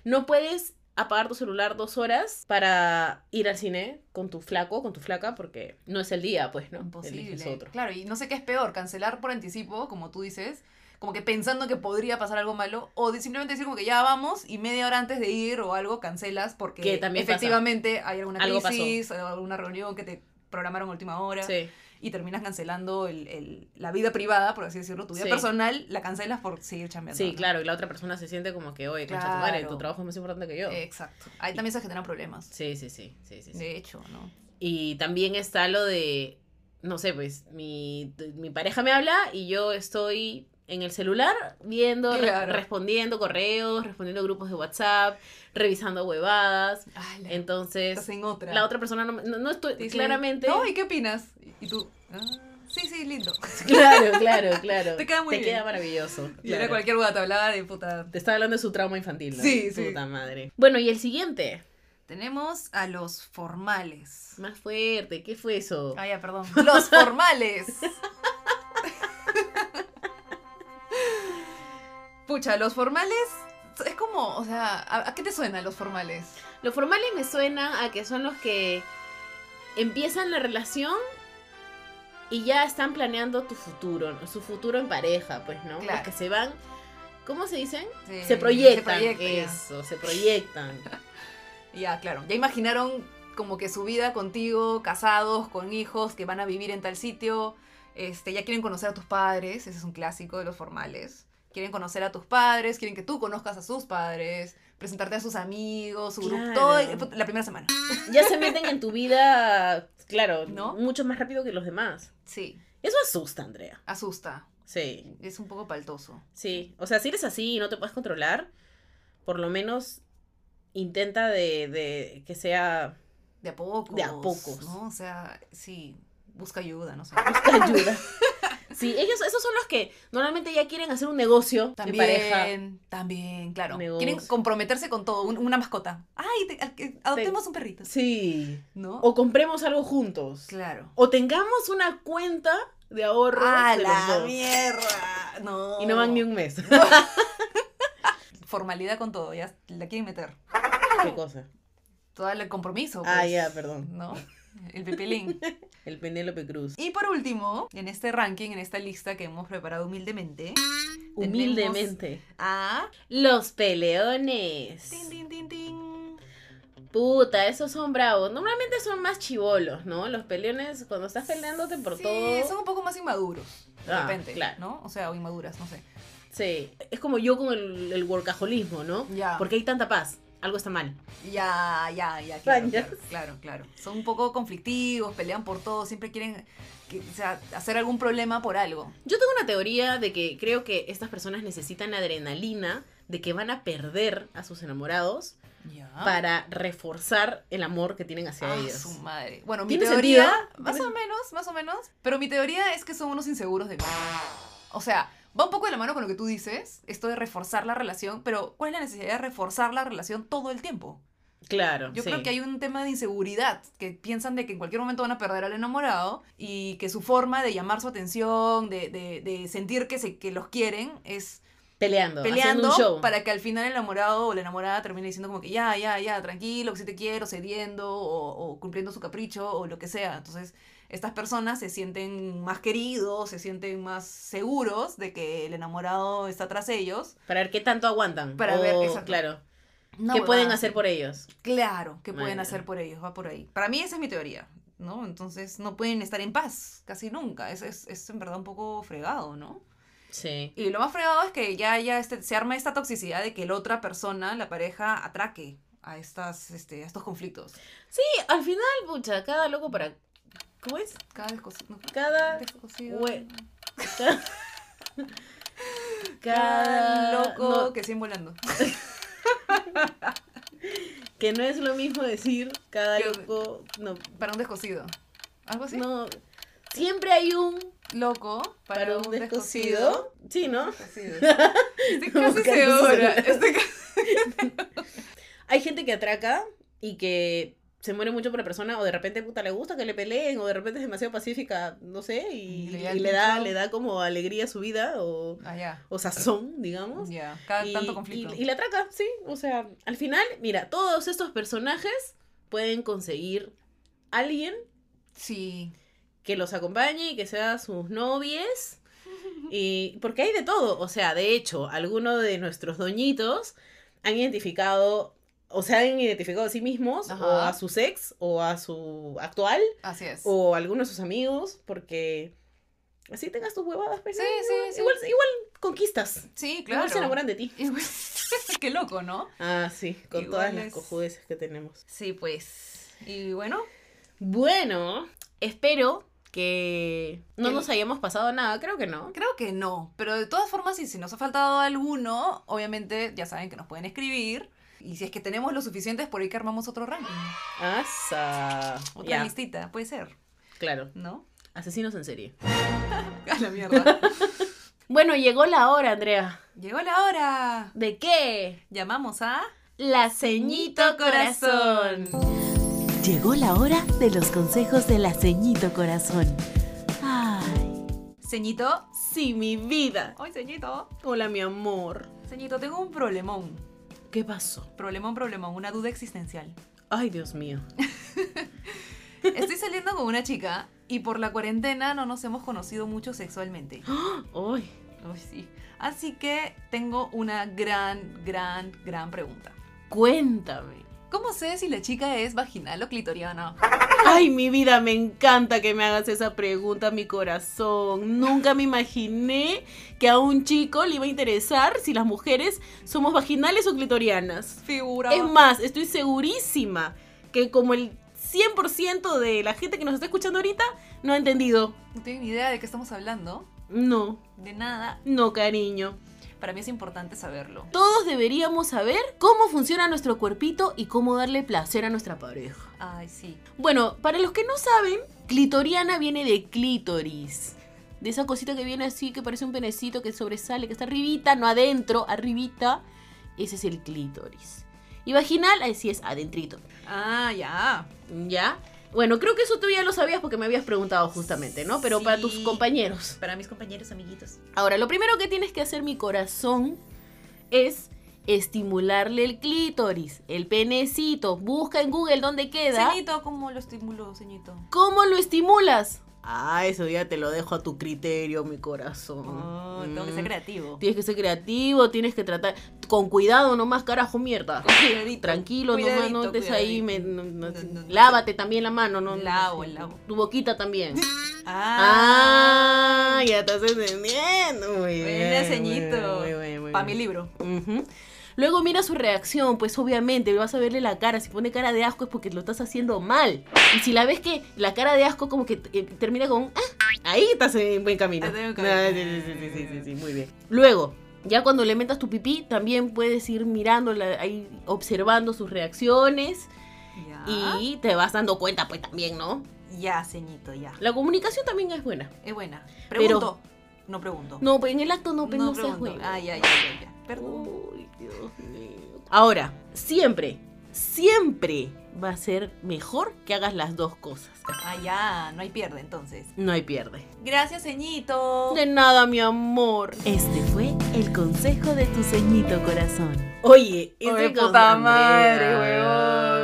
D: No puedes apagar tu celular dos horas para ir al cine con tu flaco, con tu flaca, porque no es el día, pues, ¿no? Eliges
C: Imposible.
D: otro.
C: Claro, y no sé qué es peor, cancelar por anticipo, como tú dices, como que pensando que podría pasar algo malo, o de- simplemente decir como que ya vamos y media hora antes de ir o algo cancelas porque
D: Que también pasa.
C: efectivamente hay alguna
D: Algo pasó.
C: crisis, o alguna reunión que te programaron a última hora
D: Sí.
C: y terminas cancelando el- el- la vida privada, por así decirlo, tu vida
D: Sí.
C: personal, la cancelas por seguir chambeando.
D: Sí,
C: ¿no?
D: claro, y la otra persona se siente como que, oye, concha tu madre,
C: Claro. Eh,
D: tu trabajo es más importante que yo.
C: Exacto. Ahí también se generan problemas.
D: Sí, sí, sí, sí, sí, sí.
C: De hecho, ¿no?
D: Y también está lo de, no sé, pues, mi, mi pareja me habla y yo estoy en el celular, viendo, re-
C: Claro.
D: respondiendo correos, respondiendo grupos de WhatsApp, revisando huevadas.
C: Ala,
D: Entonces,
C: estás en otra.
D: la otra persona no, me- no, no estoy
C: Te dice,
D: claramente.
C: No, ¿y qué opinas? Y- Y tú, ah, sí, sí, lindo.
D: Claro, claro, claro.
C: Te queda muy bien.
D: queda maravilloso.
C: Y era
D: claro.
C: cualquier hueá, te hablaba de puta.
D: Te estaba hablando de su trauma infantil. ¿no?
C: Sí, sí.
D: Puta madre. Bueno, y el siguiente.
C: Tenemos a los formales.
D: Más fuerte, ¿qué fue eso?
C: Ah, ya, perdón. Los formales. Pucha, los formales es como, o sea, ¿a, a qué te suena los formales?
D: Los formales me suenan a que son los que empiezan la relación y ya están planeando tu futuro, ¿no? su futuro en pareja, pues, ¿no?
C: Claro.
D: Los que se van, ¿cómo se dicen?
C: Sí,
D: se proyectan.
C: proyecta, ya.
D: eso, se proyectan.
C: Ya, claro. Ya imaginaron como que su vida contigo, casados, con hijos, que van a vivir en tal sitio. Este, ya quieren conocer a tus padres, ese es un clásico de los formales. Quieren conocer a tus padres, quieren que tú conozcas a sus padres, presentarte a sus amigos, su grupo,
D: Claro.
C: todo, la primera semana.
D: ya se meten en tu vida, claro,
C: ¿No?
D: mucho más rápido que los demás.
C: Sí,
D: Eso asusta, Andrea.
C: asusta,
D: Sí,
C: es un poco paltoso.
D: sí. O sea, si eres así y no te puedes controlar, por lo menos intenta de, de que sea
C: De a pocos.
D: De a pocos.
C: ¿no? O sea, sí, busca ayuda, no sé.
D: ayuda. Sí, ellos, esos son los que normalmente ya quieren hacer un negocio en pareja.
C: También, también, claro.
D: Negocio.
C: Quieren comprometerse con todo, un- una mascota. Ay, te- al- que- adoptemos un perrito.
D: Sí.
C: ¿No?
D: O compremos algo juntos.
C: Claro.
D: O tengamos una cuenta de ahorro
C: ¡A
D: de los
C: la
D: dos.
C: mierda! No.
D: Y no van ni un mes.
C: Formalidad con todo, ya la quieren meter.
D: ¿Qué cosa?
C: Todo el compromiso.
D: Ah,
C: pues,
D: ya, perdón.
C: ¿No? El pipilín.
D: El Penélope Cruz.
C: y por último, en este ranking, en esta lista que hemos preparado humildemente,
D: Humildemente.
C: a.
D: Los peleones.
C: Tin, tin, tin, tin.
D: Puta, esos son bravos. Normalmente son más chivolos, ¿no? Los peleones, cuando estás peleándote por
C: Sí,
D: todo.
C: son un poco más inmaduros. De
D: Ah,
C: repente,
D: claro.
C: ¿no? O sea, o inmaduras, no sé.
D: Sí. Es como yo con el, el workaholismo, ¿no?
C: Ya.
D: Porque hay tanta paz. Algo está mal.
C: Ya, ya, ya. Claro,
D: Rayas.
C: claro, claro, claro. Son un poco conflictivos, pelean por todo, siempre quieren que- o sea, hacer algún problema por algo.
D: Yo tengo una teoría de que creo que estas personas necesitan adrenalina de que van a perder a sus enamorados
C: Ya.
D: para reforzar el amor que tienen hacia
C: Ah,
D: ellos.
C: su madre. Bueno, mi
D: ¿Tiene
C: teoría,
D: sentido?
C: más o menos, más o menos, pero mi teoría es que son unos inseguros de mierda. O sea, va un poco de la mano con lo que tú dices, esto de reforzar la relación, pero ¿cuál es la necesidad de reforzar la relación todo el tiempo?
D: Claro.
C: Yo
D: sí.
C: creo que hay un tema de inseguridad, que piensan de que en cualquier momento van a perder al enamorado y que su forma de llamar su atención, de, de- de sentir que, se, que los quieren, es
D: peleando, haciendo
C: peleando
D: un show.
C: para que al final el enamorado o la enamorada termine diciendo como que ya, ya, ya, tranquilo, que sí te quiero, cediendo o, o cumpliendo su capricho o lo que sea. Entonces, estas personas se sienten más queridos, se sienten más seguros de que el enamorado está tras ellos.
D: Para ver qué tanto aguantan.
C: Para ver,
D: O,
C: exacto.
D: claro.
C: Una
D: ¿Qué pueden
C: huevada
D: hacer
C: así.
D: por ellos?
C: Claro, que pueden
D: Bueno.
C: hacer por ellos, va por ahí. Para mí esa es mi teoría, ¿no? Entonces no pueden estar en paz casi nunca. Es, es, es en verdad un poco fregado, ¿no?
D: Sí.
C: Y lo más fregado es que ya, ya este, se arma esta toxicidad de que la otra persona, la pareja, atraque a, estas, este, a estos conflictos.
D: Sí, al final, pucha, cada loco para. ¿Cómo es?
C: Cada descosido. no,
D: Cada.
C: descosido.
D: hue-
C: Cada loco
D: no,
C: que siguen volando.
D: que no es lo mismo decir cada
C: Que-
D: loco. No,
C: Para un descosido. ¿Algo así?
D: no. Siempre hay un
C: Loco para, un, descosido. Este
D: descosido. Sí, ¿no?
C: Estoy casi
D: Buscando su
C: segura.
D: celular.
C: Estoy Este ca-
D: Hay gente que atraca y que se muere mucho por la persona o de repente puta le gusta que le peleen o de repente es demasiado pacífica, no sé, y,
C: Y le da
D: y
C: el
D: le, da,
C: pinchazo.
D: le da como alegría a su vida o,
C: Ah, ya.
D: o sazón, digamos.
C: Ya, cada
D: Y-
C: tanto conflicto.
D: Y, y la traca, sí. O sea, al final, mira, todos estos personajes pueden conseguir alguien
C: Sí.
D: que los acompañe y que sea sus novies. Y, porque hay de todo. O sea, de hecho, algunos de nuestros doñitos han identificado, o se han identificado a sí mismos,
C: Ajá.
D: o a su ex, o a su actual,
C: Así es.
D: o a alguno de sus amigos, porque así tengas tus huevadas, pero
C: Sí, sí, sí.
D: igual, igual conquistas.
C: sí,
D: Igual se
C: claro.
D: enamoran de ti.
C: Igual- Qué loco, ¿no?
D: Ah, sí, con
C: Igual
D: todas las
C: es-
D: cojudeces que tenemos.
C: Sí, pues. Y bueno,
D: Bueno, espero que no
C: El-
D: nos hayamos pasado nada, creo que no.
C: Creo que no, pero de todas formas, y si nos ha faltado alguno, obviamente ya saben que nos pueden escribir. Y si es que tenemos lo suficientes, por ahí que armamos otro ranking.
D: Asa.
C: Otra
D: Ya,
C: listita, puede ser,
D: claro.
C: ¿no?
D: Asesinos en serie.
C: A la mierda.
D: Bueno, llegó la hora, Andrea.
C: Llegó la hora.
D: ¿De qué?
C: Llamamos a.
D: La ceñito corazón.
E: Llegó la hora de los consejos de la ceñito corazón. Ay,
C: Ceñito.
D: Sí, mi vida.
C: Ay, Ceñito.
D: Hola, mi amor.
C: Ceñito, tengo un problemón.
D: ¿Qué pasó?
C: Problemón, problemón. Una duda existencial.
D: Ay, Dios mío.
C: Estoy saliendo con una chica y por la cuarentena no nos hemos conocido mucho sexualmente.
D: Ay.
C: Ay, sí. Así que tengo una gran, gran, gran pregunta.
D: Cuéntame.
C: ¿Cómo sé si la chica es vaginal o clitoriana?
D: Ay, mi vida, me encanta que me hagas esa pregunta, mi corazón. Nunca me imaginé que a un chico le iba a interesar si las mujeres somos vaginales o clitorianas.
C: Figura.
D: Es más, estoy segurísima que como el 100% de la gente que nos está escuchando ahorita no ha entendido.
C: No tengo ni idea de qué estamos hablando.
D: No,
C: De nada.
D: no, cariño.
C: Para mí es importante saberlo.
D: Todos deberíamos saber cómo funciona nuestro cuerpito y cómo darle placer a nuestra pareja.
C: Ay, sí.
D: Bueno, para los que no saben, clitoriana viene de clítoris. De esa cosita que viene así, que parece un penecito que sobresale, que está arribita, no adentro, arribita. Ese es el clítoris. Y vaginal, ahí sí es adentrito.
C: Ah, ya.
D: ¿Ya? Bueno, creo que eso tú ya lo sabías porque me habías preguntado justamente, ¿no? Pero para tus
C: Sí.
D: compañeros.
C: Para mis compañeros amiguitos.
D: Ahora, lo primero que tienes que hacer mi corazón es estimularle el clítoris, el penecito. Busca en Google dónde queda.
C: Ceñito, ¿cómo lo estimuló, ceñito?
D: ¿Cómo lo estimulas? Ah, eso ya te lo dejo a tu criterio, mi corazón.
C: Oh, tengo que
D: Mm.
C: ser creativo.
D: Tienes que ser creativo, tienes que tratar con cuidado nomás, carajo, mierda.
C: Cuidadito.
D: Tranquilo, nomás, no
C: Cuidadito,
D: estés ahí. me-
C: cuidadito.
D: no- no-
C: No, no, no.
D: lávate también la mano, ¿no? no,
C: Lavo,
D: sí.
C: lavo.
D: Tu boquita también.
C: Ah.
D: Ah, ya estás entendiendo. Muy
C: Buena,
D: bien,
C: ceñito.
D: Muy bien, muy bien, muy
C: Para mi
D: bien.
C: libro.
D: Ujú. Luego mira su reacción, pues obviamente vas a verle la cara. Si pone cara de asco es porque lo estás haciendo mal. Y si la ves que la cara de asco como que eh, termina con un, "Ah", ahí estás en buen camino.
C: Estás en buen camino.
D: Ah, sí, sí, sí, sí, sí, sí, sí, muy bien. Luego, ya cuando le metas tu pipí, también puedes ir mirándola, ahí observando sus reacciones
C: Ya.
D: y
C: Ah.
D: te vas dando cuenta, pues también, ¿no?
C: Ya, ceñito, ya.
D: La comunicación también es buena.
C: Es buena.
D: Pero-
C: Pregunto. No pregunto.
D: No, pues en el acto no, pues, no, seas Uh.
C: pregunto.
D: huevón.
C: Ah, ya, ya, ya, ya. Perdón.
D: Uy, Dios mío. Ahora, siempre, siempre va a ser mejor que hagas las dos cosas.
C: Ah, ya. No hay pierde, entonces.
D: No hay pierde.
C: Gracias, ceñito.
D: De nada, mi amor.
E: este fue el consejo de tu ceñito corazón.
D: Oye,
C: Oye,
D: ese
C: puta
D: con-
C: madre,
D: Andrea.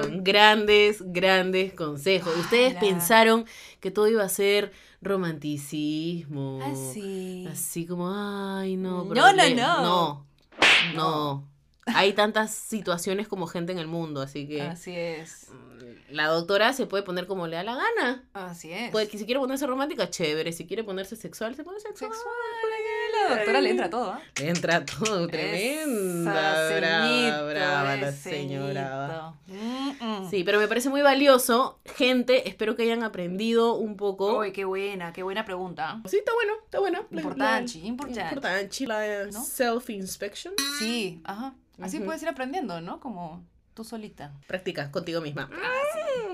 C: huevón.
D: Grandes, grandes consejos. Ustedes
C: Ala.
D: pensaron que todo iba a ser romanticismo.
C: Ah, Así.
D: Así como, ay, no.
C: Mm. No,
D: pero
C: no,
D: le-
C: no.
D: No, no. Hay tantas situaciones como gente en el mundo, así que... mm,
C: Así es.
D: La doctora se puede poner como le da la gana.
C: Así es.
D: Puede, que si quiere ponerse romántica, chévere. Si quiere ponerse sexual, se pone sexual.
C: Sexual. La doctora le entra todo, ¿ah?
D: Le entra todo tremenda.
C: Esa,
D: brava,
C: ceñito,
D: brava la
C: eh,
D: señora.
C: ceñito. Mm, mm.
D: Sí, pero me parece muy valioso. Gente, espero que hayan aprendido un poco.
C: Uy, qué buena, qué buena pregunta.
D: Sí, está bueno, está bueno. La-
C: Importante,
D: la-
C: importante.
D: Importante. La
C: ¿No?
D: self-inspection.
C: Sí, ajá. Así
D: Ujú.
C: puedes ir aprendiendo, ¿no? Como tú solita.
D: Practica contigo misma. Mm.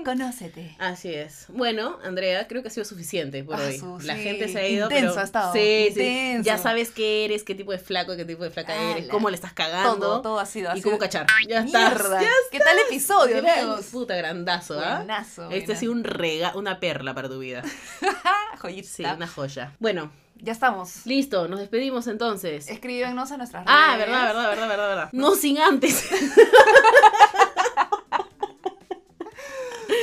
C: Conócete.
D: Así es. Bueno, Andrea, creo que ha sido suficiente por
C: Ah,
D: hoy.
C: su-
D: La
C: sí.
D: gente se ha ido.
C: Intenso
D: pero-
C: ha estado,
D: Sí, sí.
C: intenso.
D: Ya sabes qué eres, qué tipo de flaco, qué tipo de flaca
C: Ala.
D: eres, cómo le estás cagando
C: Todo, todo ha sido así.
D: y cómo cachar. Ya está.
C: Mierda.
D: Ya
C: ¿Qué tal episodio,
D: está.
C: amigos?
D: Puta grandazo, ¿ah?
C: Buenazo.
D: Este ha
C: buenazo.
D: sido un rega, una perla para tu vida.
C: Ah, joyita.
D: Sí, una joya. Bueno,
C: Ya estamos.
D: listo, nos despedimos entonces.
C: Escríbenos a nuestras redes.
D: Ah, verdad, verdad, verdad, verdad, verdad. No sin antes.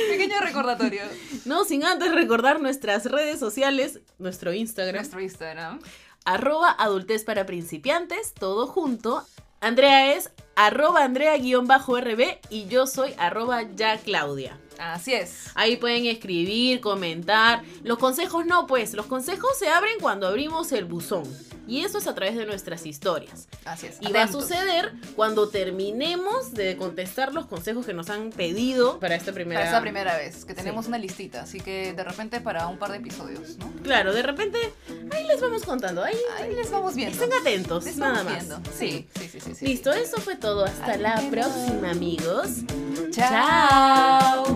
C: Pequeño recordatorio.
D: No sin antes recordar nuestras redes sociales, nuestro Instagram.
C: Nuestro Instagram.
D: arroba adultez para principiantes, todo junto. Andrea es arroba Andrea-RB y yo soy arroba ya Claudia.
C: Así es.
D: Ahí pueden escribir, comentar. Los consejos no, pues los consejos se abren cuando abrimos el buzón. Y eso es a través de nuestras historias.
C: Así es.
D: Y va a
C: Atentos.
D: suceder cuando terminemos de contestar los consejos que nos han pedido para esta primera.
C: Para esa primera vez, que tenemos una listita, así que de repente para un par de episodios, ¿no?
D: Claro, de repente ahí les vamos contando. Ahí
C: Ahí les vamos viendo.
D: estén atentos,
C: Les
D: nada
C: vamos
D: más.
C: viendo. Sí, sí, sí, sí. sí.
D: Listo, eso fue todo. Hasta
C: Ahí
D: la
C: vemos.
D: próxima, amigos.
C: Chao.